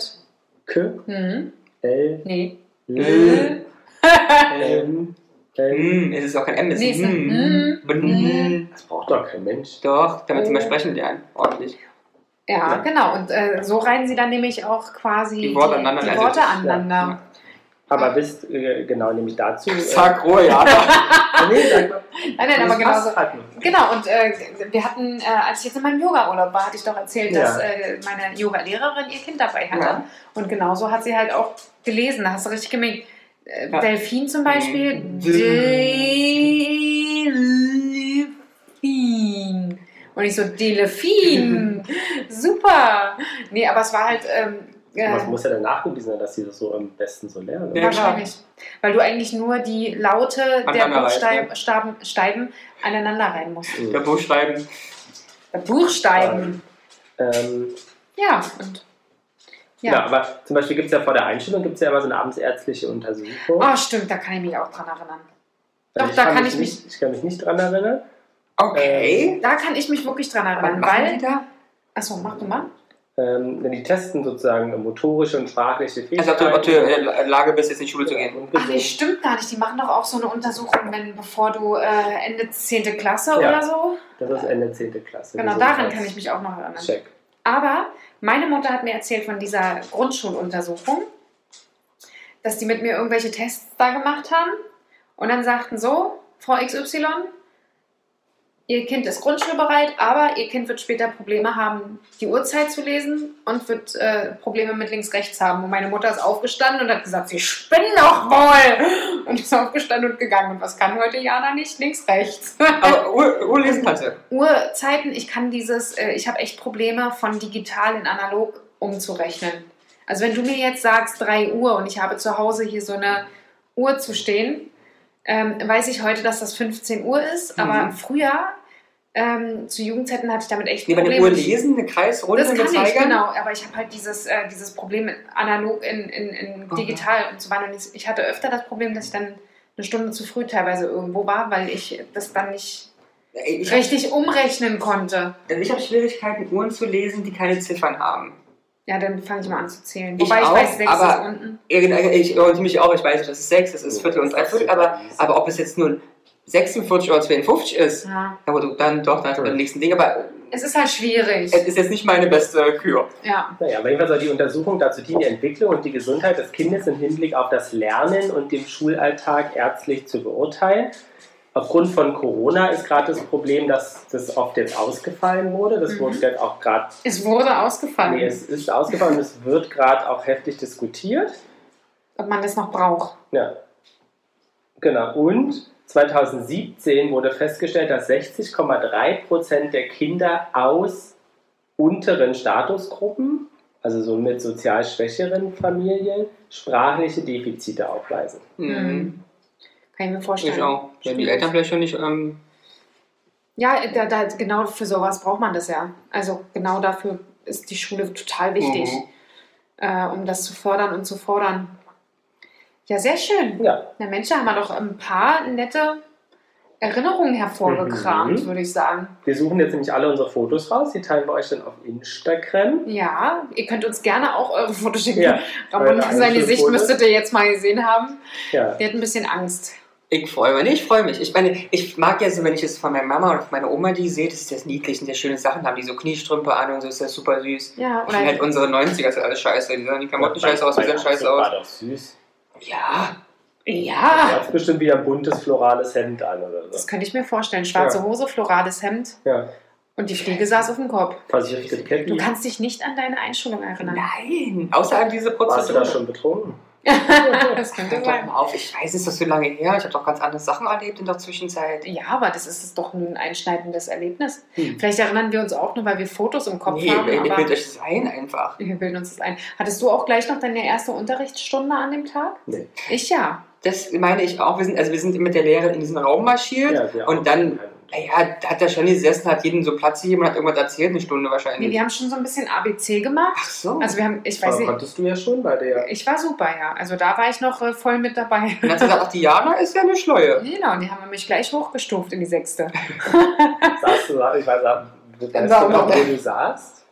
K, Mhm. L, Nee. L, L. M, N. Hm, es ist auch kein M, es Nee, ist ist ein hm. Mm. Hm. Das braucht doch kein Mensch. Doch, damit sie mal sprechen lernen. Ordentlich. Ja, Ja. genau. Und äh, so reihen sie dann nämlich auch quasi Die Worte aneinander, die also Worte das- aneinander. Ah. Aber wisst, äh, genau, nämlich dazu. äh, Zack, Ruhe, ja. (laughs) Ah, nee, sag mal. Nein, nein, aber Das genauso. passt halt noch. Genau, und äh, wir hatten, äh, als ich jetzt in meinem Yoga-Urlaub war, hatte ich doch erzählt, Ja. dass äh, meine Yoga-Lehrerin ihr Kind dabei hatte. Ja. Und genauso hat sie halt auch gelesen, da hast du richtig gemerkt. Äh, Ja. Delfin zum Beispiel. Mhm. Delfin. Und ich so, (laughs) Delfin. Super. Nee, aber es war halt. Ähm, äh, Was muss ja dann nachgewiesen sein, dass sie das so am besten so lernen? Ja. Wahrscheinlich. Weil du eigentlich nur die Laute der Aneinander ne? Buchstaben reiben, Staben- Steiben aneinander rein musst. Der Mhm. Buchstaben. Der Buchstaben. Ähm, Ja, und. ja. Ja. aber zum Beispiel gibt es ja vor der Einstellung gibt's ja immer so eine amtsärztliche Untersuchung. Ah, stimmt, da kann ich mich auch dran erinnern. Also doch, da kann ich nicht, Ich kann mich nicht dran erinnern. Okay. Da kann ich mich wirklich dran Was erinnern, machen die weil. da? Achso, mach du mal. Ähm, denn die testen sozusagen motorische und sprachliche Also, ob Fähigkeiten. du, ob du in der Lage bist, jetzt in die Schule zu (laughs) gehen. und äh, Ach nee, gesund. stimmt gar nicht. Die machen doch auch so eine Untersuchung, wenn, bevor du äh, Ende 10. Klasse Ja. oder so. Das ist Ende 10. Klasse. Genau, daran kann ich mich auch noch erinnern. Check. Aber meine Mutter hat mir erzählt von dieser Grundschuluntersuchung, dass die mit mir irgendwelche Tests da gemacht haben und dann sagten so, Frau XY, ihr Kind ist grundschulbereit, aber ihr Kind wird später Probleme haben, die Uhrzeit zu lesen und wird äh, Probleme mit links-rechts haben. Und meine Mutter ist aufgestanden und hat gesagt, sie spinnen doch wohl! Und ist aufgestanden und gegangen. Und was kann heute Jana nicht? Links-rechts. Aber Uhr, Uhr lesen kannst du. Uhrzeiten, ich kann dieses, äh, ich habe echt Probleme von digital in analog umzurechnen. Also wenn du mir jetzt sagst 3 Uhr und ich habe zu Hause hier so eine Uhr zu stehen, ähm, weiß ich heute, dass das 15 Uhr ist, aber Mhm. früher ähm, zu Jugendzeiten hatte ich damit echt Nee, bei der Probleme. Uhr lesen, eine Kreisrunde, das mit kann ich, Zeigern. genau, aber ich habe halt dieses, äh, dieses Problem analog in, in, in Mhm. digital und so weiter. Und ich- ich hatte öfter das Problem, dass ich dann eine Stunde zu früh teilweise irgendwo war, weil ich das dann nicht Ich, ich, richtig umrechnen konnte. Also ich habe Schwierigkeiten, Uhren zu lesen, die keine Ziffern haben. Ja, dann fange ich mal an zu zählen. Ich Wobei ich, auch, weiß, sechs ist aber- unten. Irgend- Ich orientiere mich auch, ich weiß nicht, das ist 6, Oh, das ist Viertel und Dreiviertel, aber, aber ob es jetzt nun 46 oder 52 ist, Ja. aber du, dann doch, dann am nächsten Ding, aber Es ist halt schwierig. Es ist jetzt nicht meine beste Kür. Ja. Naja, aber jedenfalls soll die Untersuchung dazu dienen, die Entwicklung und die Gesundheit des Kindes im Hinblick auf das Lernen und den Schulalltag ärztlich zu beurteilen. Aufgrund von Corona ist gerade das Problem, dass das oft jetzt ausgefallen wurde. Das Mhm. wurde jetzt auch gerade, Es wurde ausgefallen, nee, es ist ausgefallen und es wird gerade auch heftig diskutiert. ob man das noch braucht. Ja. Genau. Und 2017 wurde festgestellt, dass 60,3% der Kinder aus unteren Statusgruppen, also so mit sozial schwächeren Familien, sprachliche Defizite aufweisen. Mhm. Kann ich mir vorstellen. Ich auch. Wenn die Eltern vielleicht schon nicht ähm, Ja, da, da, genau für sowas braucht man das ja. Also genau dafür ist die Schule total wichtig, Mhm. äh, um das zu fördern und zu fordern. Ja, sehr schön. Ja. Na Mensch, da haben wir doch ein paar nette Erinnerungen hervorgekramt, Mhm. würde ich sagen. Wir suchen jetzt nämlich alle unsere Fotos raus, die teilen wir euch dann auf Instagram. Ja, ihr könnt uns gerne auch eure Fotos schicken. Ja, Ramon, eure eigenen seine Sicht Fotos. müsstet ihr jetzt mal gesehen haben. Ja. Der hat ein bisschen Angst. Ich freue mich. Nee, ich freue mich. Ich meine, ich mag ja so, wenn ich es von meiner Mama oder von meiner Oma die sehe, das ist das niedlich und sehr schöne Sachen, haben die so Kniestrümpfe an und so, ist das super süß. Ja, Ich finde halt oder unsere 90er ist halt alles scheiße. Die sahen die Klamotten scheiße aus, die Mein sehen scheiße Anzug War aus. doch süß. Ja, Du ja, hast bestimmt wieder ein buntes florales Hemd an oder das so. könnte ich mir vorstellen. Schwarze Ja. Hose, florales Hemd Ja. und die Fliege saß auf dem Kopf. Versicherte Du Ketten. kannst dich nicht an deine Einschulung erinnern. nein. Außer an diese Warst du da Prozedur. schon betrunken? (laughs) das könnte Hört doch sein. mal auf, ich weiß, es ist so lange her. Ich habe doch ganz andere Sachen erlebt in der Zwischenzeit. Ja, aber das ist doch ein einschneidendes Erlebnis. Hm. Vielleicht erinnern wir uns auch nur, weil wir Fotos im Kopf Nee, haben. ihr aber bildet euch das ein einfach. wir bilden uns das ein. Hattest du auch gleich noch deine erste Unterrichtsstunde an dem Tag? Nee. Ich ja. Das meine ich auch. Wir sind, also wir sind mit der Lehrerin in diesen Raum marschiert. wir Und auch. dann- Naja, da hat der Shani gesessen, hat jedem so Platz gegeben und hat irgendwas erzählt, eine Stunde Nee, wahrscheinlich. wir haben schon so ein bisschen ABC gemacht. Ach so. Also wir haben, ich weiß Aber nicht, konntest du ja schon bei der. ich war super, ja. Also da war ich noch äh, voll mit dabei. (laughs) und dann hat sie gesagt, ach, die Jana ist ja eine Schleue. Genau, und die haben mich gleich hochgestuft in die sechste. Saßt du, ich weiß, weißt Warum? du noch, wo du saßt?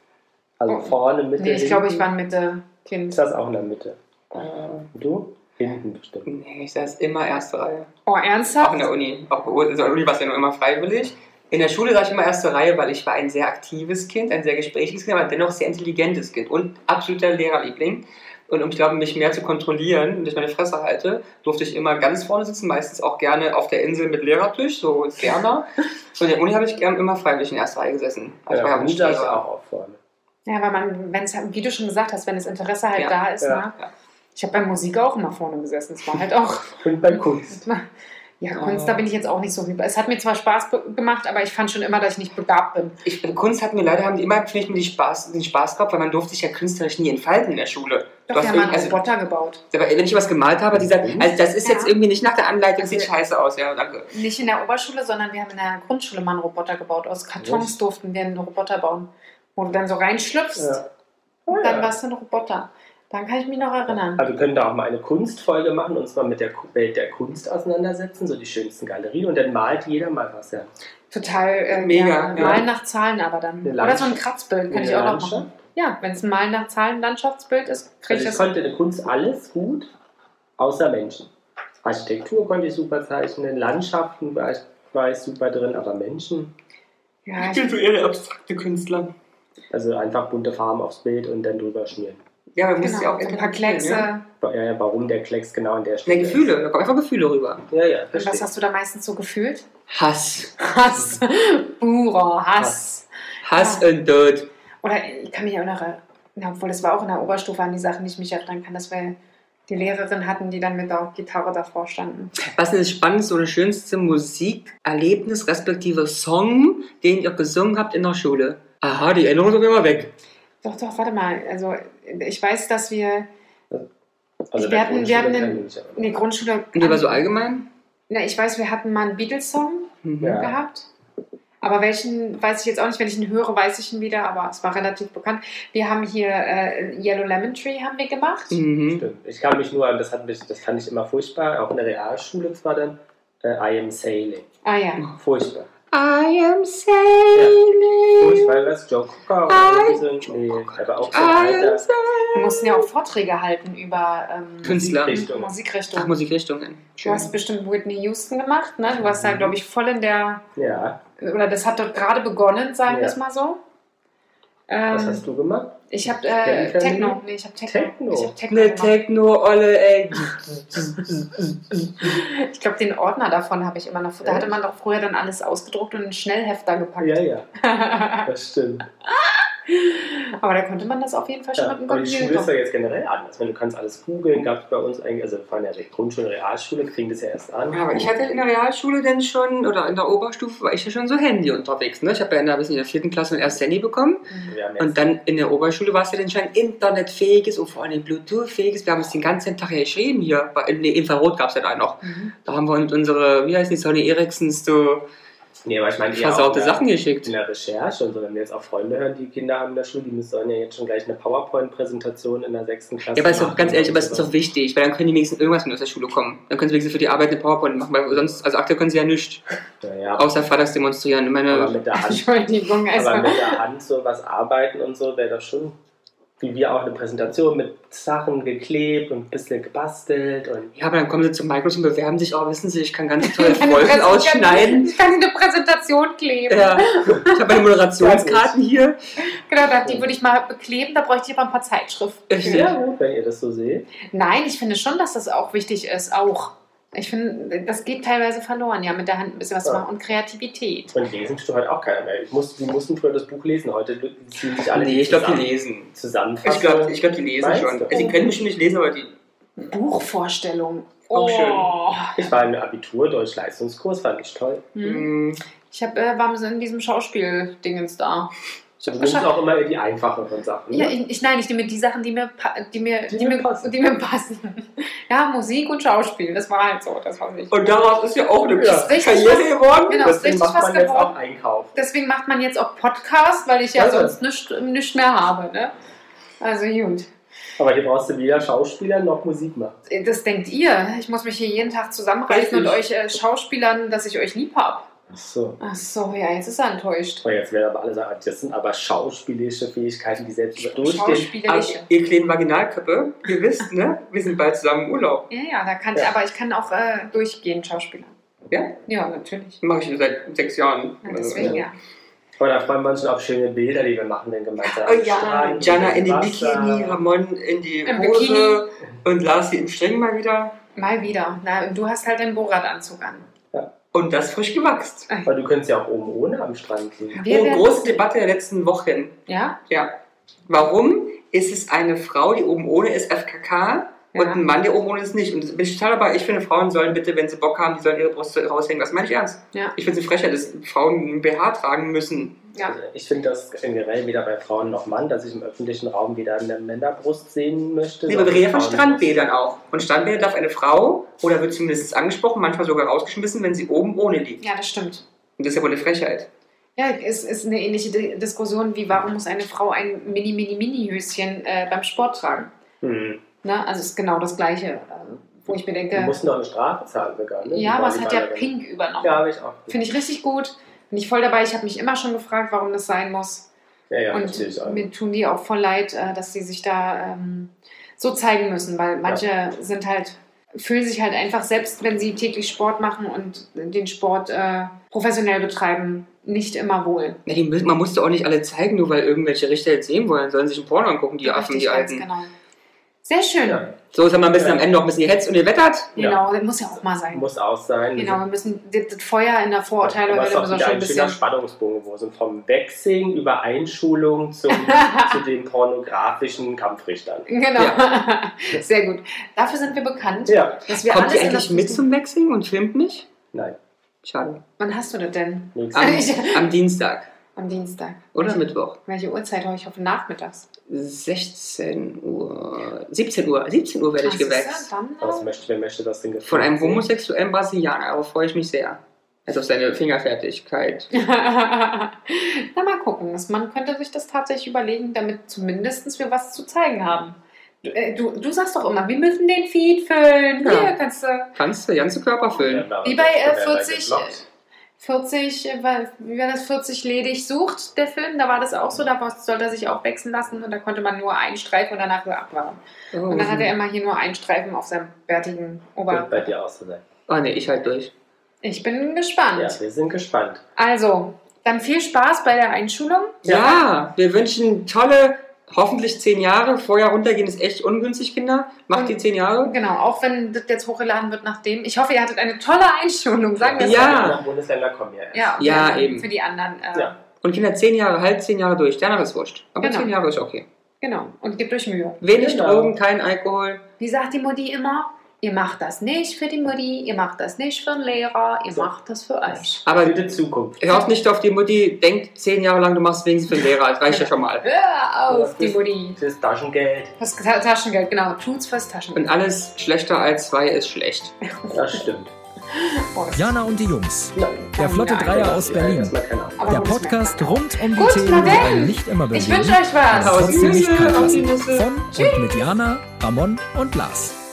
Also Oh. vorne, Mitte, Nee, ich glaube, ich hinten? war äh, ein Mitte-Kind. Ich saß auch in der Mitte. Äh, Und du? Hinten bestimmt. nee, ich saß immer erste Reihe. Oh, Auch in ernsthaft? der Uni. Auch bei- also in der Uni war es ja nur immer freiwillig. In der Schule saß ich immer erste Reihe, weil ich war ein sehr aktives Kind, ein sehr gesprächiges Kind, aber dennoch sehr intelligentes Kind und absoluter Lehrerliebling. Und um, ich glaube, mich mehr zu kontrollieren und ich meine Fresse halte, durfte ich immer ganz vorne sitzen, meistens auch gerne auf der Insel mit Lehrertisch, so ferner. Und in der Uni habe ich gern immer freiwillig in erster Reihe gesessen. Also ich war Ja, ja du nicht saß Lehrer. auch vorne. Ja, weil man, wenn es, wie du schon gesagt hast, wenn das Interesse halt Ja, da ist, ja, ne? ja. Ich habe bei Musik auch immer vorne gesessen. Es war halt auch. (laughs) Und bei Kunst. Ja, Kunst, da Oh. bin ich jetzt auch nicht so über. Es hat mir zwar Spaß be- gemacht, aber ich fand schon immer, dass ich nicht begabt bin. Ich, Kunst hat mir leider haben die immer vielleicht mir die Spaß, den Spaß gehabt, weil man durfte sich ja künstlerisch nie entfalten in der Schule. Doch, wir haben einen irgend- also, Roboter gebaut. aber wenn ich was gemalt habe, die sagt, also das ist Ja. jetzt irgendwie nicht nach der Anleitung, sieht Also- scheiße aus, ja, danke. Nicht in der Oberschule, sondern wir haben in der Grundschule mal einen Roboter gebaut. Aus Kartons Echt? durften wir einen Roboter bauen. Wo du dann so reinschlüpfst, Ja. und dann ja. warst du ein Roboter. Dann kann ich mich noch erinnern. Aber Also wir können da auch mal eine Kunstfolge machen, uns mal mit der Ku- Welt der Kunst auseinandersetzen, so die schönsten Galerien. Und dann malt jeder mal was, ja. Total äh, Mega, Ja, ja. Malen nach Zahlen aber dann. Eine Oder so ein Landschaft- Kratzbild kann Eine ich auch noch Landschaft. machen. Ja, wenn es ein Malen nach Zahlen Landschaftsbild ist, kriege Also ich ich das. konnte in der Kunst alles gut, außer Menschen. Architektur konnte ich super zeichnen, Landschaften war ich, war ich super drin, aber Menschen, Ja, ich, bin so eher der abstrakte Künstler. also einfach bunte Farben aufs Bild und dann drüber schmieren. Ja, man muss ja genau, auch so ein paar Kleckse. Ja. Ja, ja, warum der Klecks genau an der Nee, Stelle? Gefühle, da kommen einfach Gefühle rüber. ist. Ja, ja, Und was verstehe. hast du da meistens so gefühlt? (laughs) Hass. Hass. Purer Hass. Hass Ja. und Tod. Oder ich kann mich erinnern, na, obwohl das war auch in der Oberstufe an die Sachen, die ich mich erinnern kann, dass wir die Lehrerin hatten, die dann mit der Gitarre davor standen. Was ist das spannendste oder schönste Musikerlebnis, respektive Song, den ihr gesungen habt in der Schule? Aha, die Erinnerung ist auf immer weg. Doch, doch, warte mal. Also ich weiß, dass wir Also Wir der hatten- wir hatten Grundschule einen- kann ich aber- in der Grundschule. Und aber so allgemein? na, ich weiß, wir hatten mal einen Beatles-Song Mhm. Ja. gehabt. Aber welchen weiß ich jetzt auch nicht. Wenn ich ihn höre, weiß ich ihn wieder, aber es war relativ bekannt. Wir haben hier äh, Yellow Lemon Tree haben wir gemacht. Mhm. Stimmt. Ich kann mich nur an, das, hat mich, das fand ich immer furchtbar, auch in der Realschule zwar dann, äh, I am sailing. Ah ja. Furchtbar. I am sailing. Furchtbar, das Joe Cocker oder so. Nee, aber auch so I am weiter. sailing. Wir mussten ja auch Vorträge halten über ähm, Künstler. Richtung. Ach, Musikrichtung. Musikrichtungen. Du hast bestimmt Whitney Houston gemacht, ne? Du warst da, glaube ich, voll in der, Ja, oder das hat dort gerade begonnen, sagen wir Ja. es mal so. was Ähm, hast du gemacht? Ich habe Ja, äh, ich hab Techno. nie- Nee, ich habe Techno. Techno. Ich habe Techno. Ne gemacht. Techno-Olle, ey. Ich glaube, den Ordner davon habe ich immer noch. Da Ja. hatte man doch früher dann alles ausgedruckt und in einen Schnellhefter gepackt. Ja, ja, das stimmt. Aber da konnte man das auf jeden Fall schon Ja, mit dem aber die Schule ist Computer. ja jetzt generell anders. Wenn du kannst alles googeln, gab es bei uns eigentlich, also wir fahren ja direkt Grundschule, Realschule, kriegen das ja erst an. Ja, aber ich hatte in der Realschule denn schon, oder in der Oberstufe, war ich ja schon so Handy unterwegs. Ne? Ich habe ja in der, bis in der vierten Klasse mein erstes Handy bekommen. Wir haben jetzt- Und dann in der Oberschule war es ja dann schon internetfähiges und vor allem Bluetooth-fähiges. Wir haben uns den ganzen Tag ja geschrieben hier. Bei- Nee, Infrarot gab es ja da noch. (laughs) Mhm. Da haben wir uns unsere, wie heißt die, Sony Ericsons so nee, aber ich meine, eher auch versaute in der- Sachen geschickt. In der Recherche und so, wenn wir jetzt auch Freunde hören, die Kinder haben in der Schule, die müssen sollen ja jetzt schon gleich eine PowerPoint-Präsentation in der sechsten Klasse Ja, aber es ist doch machen ganz ehrlich, aber es und ist so. doch wichtig, weil dann können die wenigstens irgendwas mit aus der Schule kommen. Dann können sie wenigstens für die Arbeit eine PowerPoint machen, weil sonst, also aktuell können sie ja nichts, Naja, außer freitags demonstrieren. Äh, (laughs) Ich aber meine, mit der Hand, Entschuldigung, also (laughs) aber mit der Hand so was arbeiten und so, wäre doch schon, wie wir auch eine Präsentation mit Sachen geklebt und ein bisschen gebastelt und ja, aber dann kommen sie zu Microsoft und bewerben sich, oh, wissen Sie, ich kann ganz toll Eine Wolken Präsentation- ausschneiden. (laughs) Ich kann eine Präsentation kleben. (laughs) Ja, ich habe meine Moderationskarten hier. Genau, da- Oh. die würde ich mal bekleben. Da bräuchte ich aber ein paar Zeitschriften. Echt? ja, gut, wenn ihr das so seht. Nein, ich finde schon, dass das auch wichtig ist. Auch. Ich finde, das geht teilweise verloren, ja, mit der Hand ein bisschen was zu Ja. machen. Und Kreativität. Und lesen tut heute auch keiner mehr. Ich muss, die mussten früher das Buch lesen, heute ziehen sich alle Nee, ich glaube, zusammen- die lesen. Zusammenfassen. Ich glaube, ich glaub, die lesen Meinst schon. du? Also, die können bestimmt nicht lesen, aber die. Buchvorstellung. Oh. Auch Ich war im Abitur, Deutsch-Leistungskurs, fand ich toll. Hm. Mh, Ich hab, äh, war so in diesem Schauspiel-Dingens da. Du nimmst auch immer die einfacheren Sachen. Ja, ne? ich, ich, nein, ich nehme die Sachen, die mir, pa- die mir, die Die mir, mir passen. Die mir passen. (laughs) Ja, Musik und Schauspiel, das war halt so, das war nicht. Und daraus ist ja auch eine Ja. Karriere geworden. Genau, ist Deswegen richtig macht was man jetzt auch geworden. Einkauf. Deswegen macht man jetzt auch Podcast, weil ich ja Also. sonst nichts nicht mehr habe. Ne? Also gut. Aber hier brauchst du weder Schauspieler noch Musik machen. Das denkt ihr. Ich muss mich hier jeden Tag zusammenreißen und euch äh, Schauspielern, dass ich euch lieb hab. Ach so. Ach so, ja, jetzt ist er enttäuscht. Oh, jetzt werden aber alle sagen, das sind aber schauspielerische Fähigkeiten, die selbst durch den... Ach, Schauspielerische. Ah, ihr kleinen Vaginalköppe, ihr wisst, ne? Wir sind bald zusammen im Urlaub. Ja, ja, da kann Ja. aber ich kann auch äh, durchgehen, Schauspieler. Ja? Ja, natürlich. Mache ich seit sechs Jahren. Also, Ja, deswegen, ja. Oh, da freuen wir uns schon auf schöne Bilder, die wir machen denn gemeinsam. Oh am ja, Strand, Jana in im den Wasser. Bikini, Ramon in die Im Hose und Larsi im String mal wieder. Mal wieder. Na, und du hast halt den Borat-Anzug an. Und das frisch gewachst. Aber du könntest ja auch oben ohne am Strand liegen. Wir oh, werden- große Debatte der letzten Wochen. Ja? Ja. Warum ist es eine Frau, die oben ohne ist, FKK und Ja. ein Mann, der oben ohne ist, nicht? Und da bin ich total dabei. Ich finde, Frauen sollen bitte, wenn sie Bock haben, die sollen ihre Brust raushängen. Das meine ich ernst. Ja. Ich finde es eine Frechheit, dass Frauen einen BH tragen müssen. Ja. Ich finde das generell weder bei Frauen noch Mann, dass ich im öffentlichen Raum wieder eine Männerbrust sehen möchte. Nee, aber wir reden ja von sondern Strandbädern auch. Und Strandbäder darf eine Frau, oder wird zumindest angesprochen, manchmal sogar rausgeschmissen, wenn sie oben ohne liegt. Ja, das stimmt. Und das ist ja wohl eine Frechheit. Ja, es ist eine ähnliche Di- Diskussion wie, warum muss eine Frau ein Mini-Mini-Mini-Höschen äh, beim Sport tragen? Hm. Ne? Also es ist genau das Gleiche, äh, wo ich mir Du denke, musst noch eine Strafe zahlen sogar. Ne? ja, Die aber es hat ja Volleyballerin. Pink übernommen. Ja, habe ich auch. Finde ich richtig gut. Bin ich voll dabei. Ich habe mich immer schon gefragt, warum das sein muss. ja, ja, natürlich auch. Und mir tun die auch voll leid, äh, dass sie sich da ähm, so zeigen müssen, weil manche sind halt, fühlen sich halt einfach, selbst wenn sie täglich Sport machen und den Sport äh, professionell betreiben, nicht immer wohl. Ja, die müssen, man musste auch nicht alle zeigen, nur weil irgendwelche Richter jetzt sehen wollen. Sollen sich ein Porno angucken, die Affen, Richtig, die ganz Alten. Genau. Sehr schön. Ja. So ist ja mal ein bisschen Ja. am Ende noch ein bisschen gehetzt und gewettert. Genau, das muss ja auch mal sein. Muss auch sein. Genau, wir müssen das das Feuer in der Vorurteile Aber es ist müssen auch wir wieder schon ein ein schöner bisschen. Spannungsbogen, wo so vom Wechseln über (laughs) Einschulung zum, zu den pornografischen Kampfrichtern. (laughs) Genau. (laughs) Sehr gut. Dafür sind wir bekannt, Ja, dass wir Kommt alles die in eigentlich das- mit zum Wechseln und filmt mich? nein. Schade. Wann hast du das denn? Nichts. (laughs) Am, Ich- am Dienstag Am Dienstag. oder welche, Mittwoch. Welche Uhrzeit habe ich? hoffe nachmittags. 16 Uhr. 17 Uhr. 17 Uhr werde ich Ah, siehst du, gewechselt. Dann, Was äh, möchte, wer möchte das denn gefunden Von einem sehen? homosexuellen Brasilianer. Darauf freue ich mich sehr. Also auf seine Fingerfertigkeit. (laughs) Na, mal gucken. Das- Man könnte sich das tatsächlich überlegen, damit zumindest wir was zu zeigen haben. Du, äh, du, du sagst doch immer, wir müssen den Feed füllen. Ja. Hier kannst du. Kannst du den ganzen Körper füllen? Ja, aber Wie bei, das äh, wird ja 40, geblockt. 40, äh, weil- wie war das, 40 ledig sucht, der Film, da war das auch so, da war- sollte er sich auch wechseln lassen und da konnte man nur einen Streifen und danach wieder abwarten. Oh. Und dann hatte er immer hier nur einen Streifen auf seinem bärtigen Wird Ober. bei dir auch so sein. Ah, ne, ich halt durch. Ich bin Ja, gespannt. wir sind gespannt. Also, dann viel Spaß bei der Einschulung. Ja, wir wünschen tolle, hoffentlich zehn Jahre. Vorher runtergehen ist echt ungünstig, Kinder. Macht die zehn Jahre. Genau, auch wenn das jetzt hochgeladen wird nachdem. Ich hoffe, ihr hattet eine tolle Einschulung, sagen wir es Ja. so. Nach Bundesländer kommen ja. erst. Ja, Ja, für, eben. für die anderen. Äh, Ja. Und Kinder zehn Jahre, halb zehn Jahre durch. Danach ist wurscht. Aber Genau. zehn Jahre ist okay. Genau, und gebt euch Mühe. Wenig Genau. Drogen, kein Alkohol. Wie sagt die Mutti immer? Ihr macht das nicht für die Mutti, ihr macht das nicht für den Lehrer, ihr So. macht das für euch. Aber Gute Zukunft. hört nicht auf die Mutti, denkt zehn Jahre lang, du machst wenigstens für den Lehrer. Das reicht ja schon mal. Hör auf, Das die ist- Mutti. Das Taschengeld. Das Ta- Taschengeld, genau. Tut's fürs Taschengeld. Und alles schlechter als zwei ist schlecht. Das stimmt. Boah, das- Jana und die Jungs. Ja. Der Flotte Nein, Dreier aus Ja, Berlin. Erstmal keine Ahnung. Aber Der man muss Podcast mehr. rund um die Gut, na Themen, die denn. einen nicht immer Ich bewegen. wünsche euch was. Aber Trotzdem nicht Nüsse, kalt auf die lassen. Nüsse. Von und mit Jana, Ramon und Lars.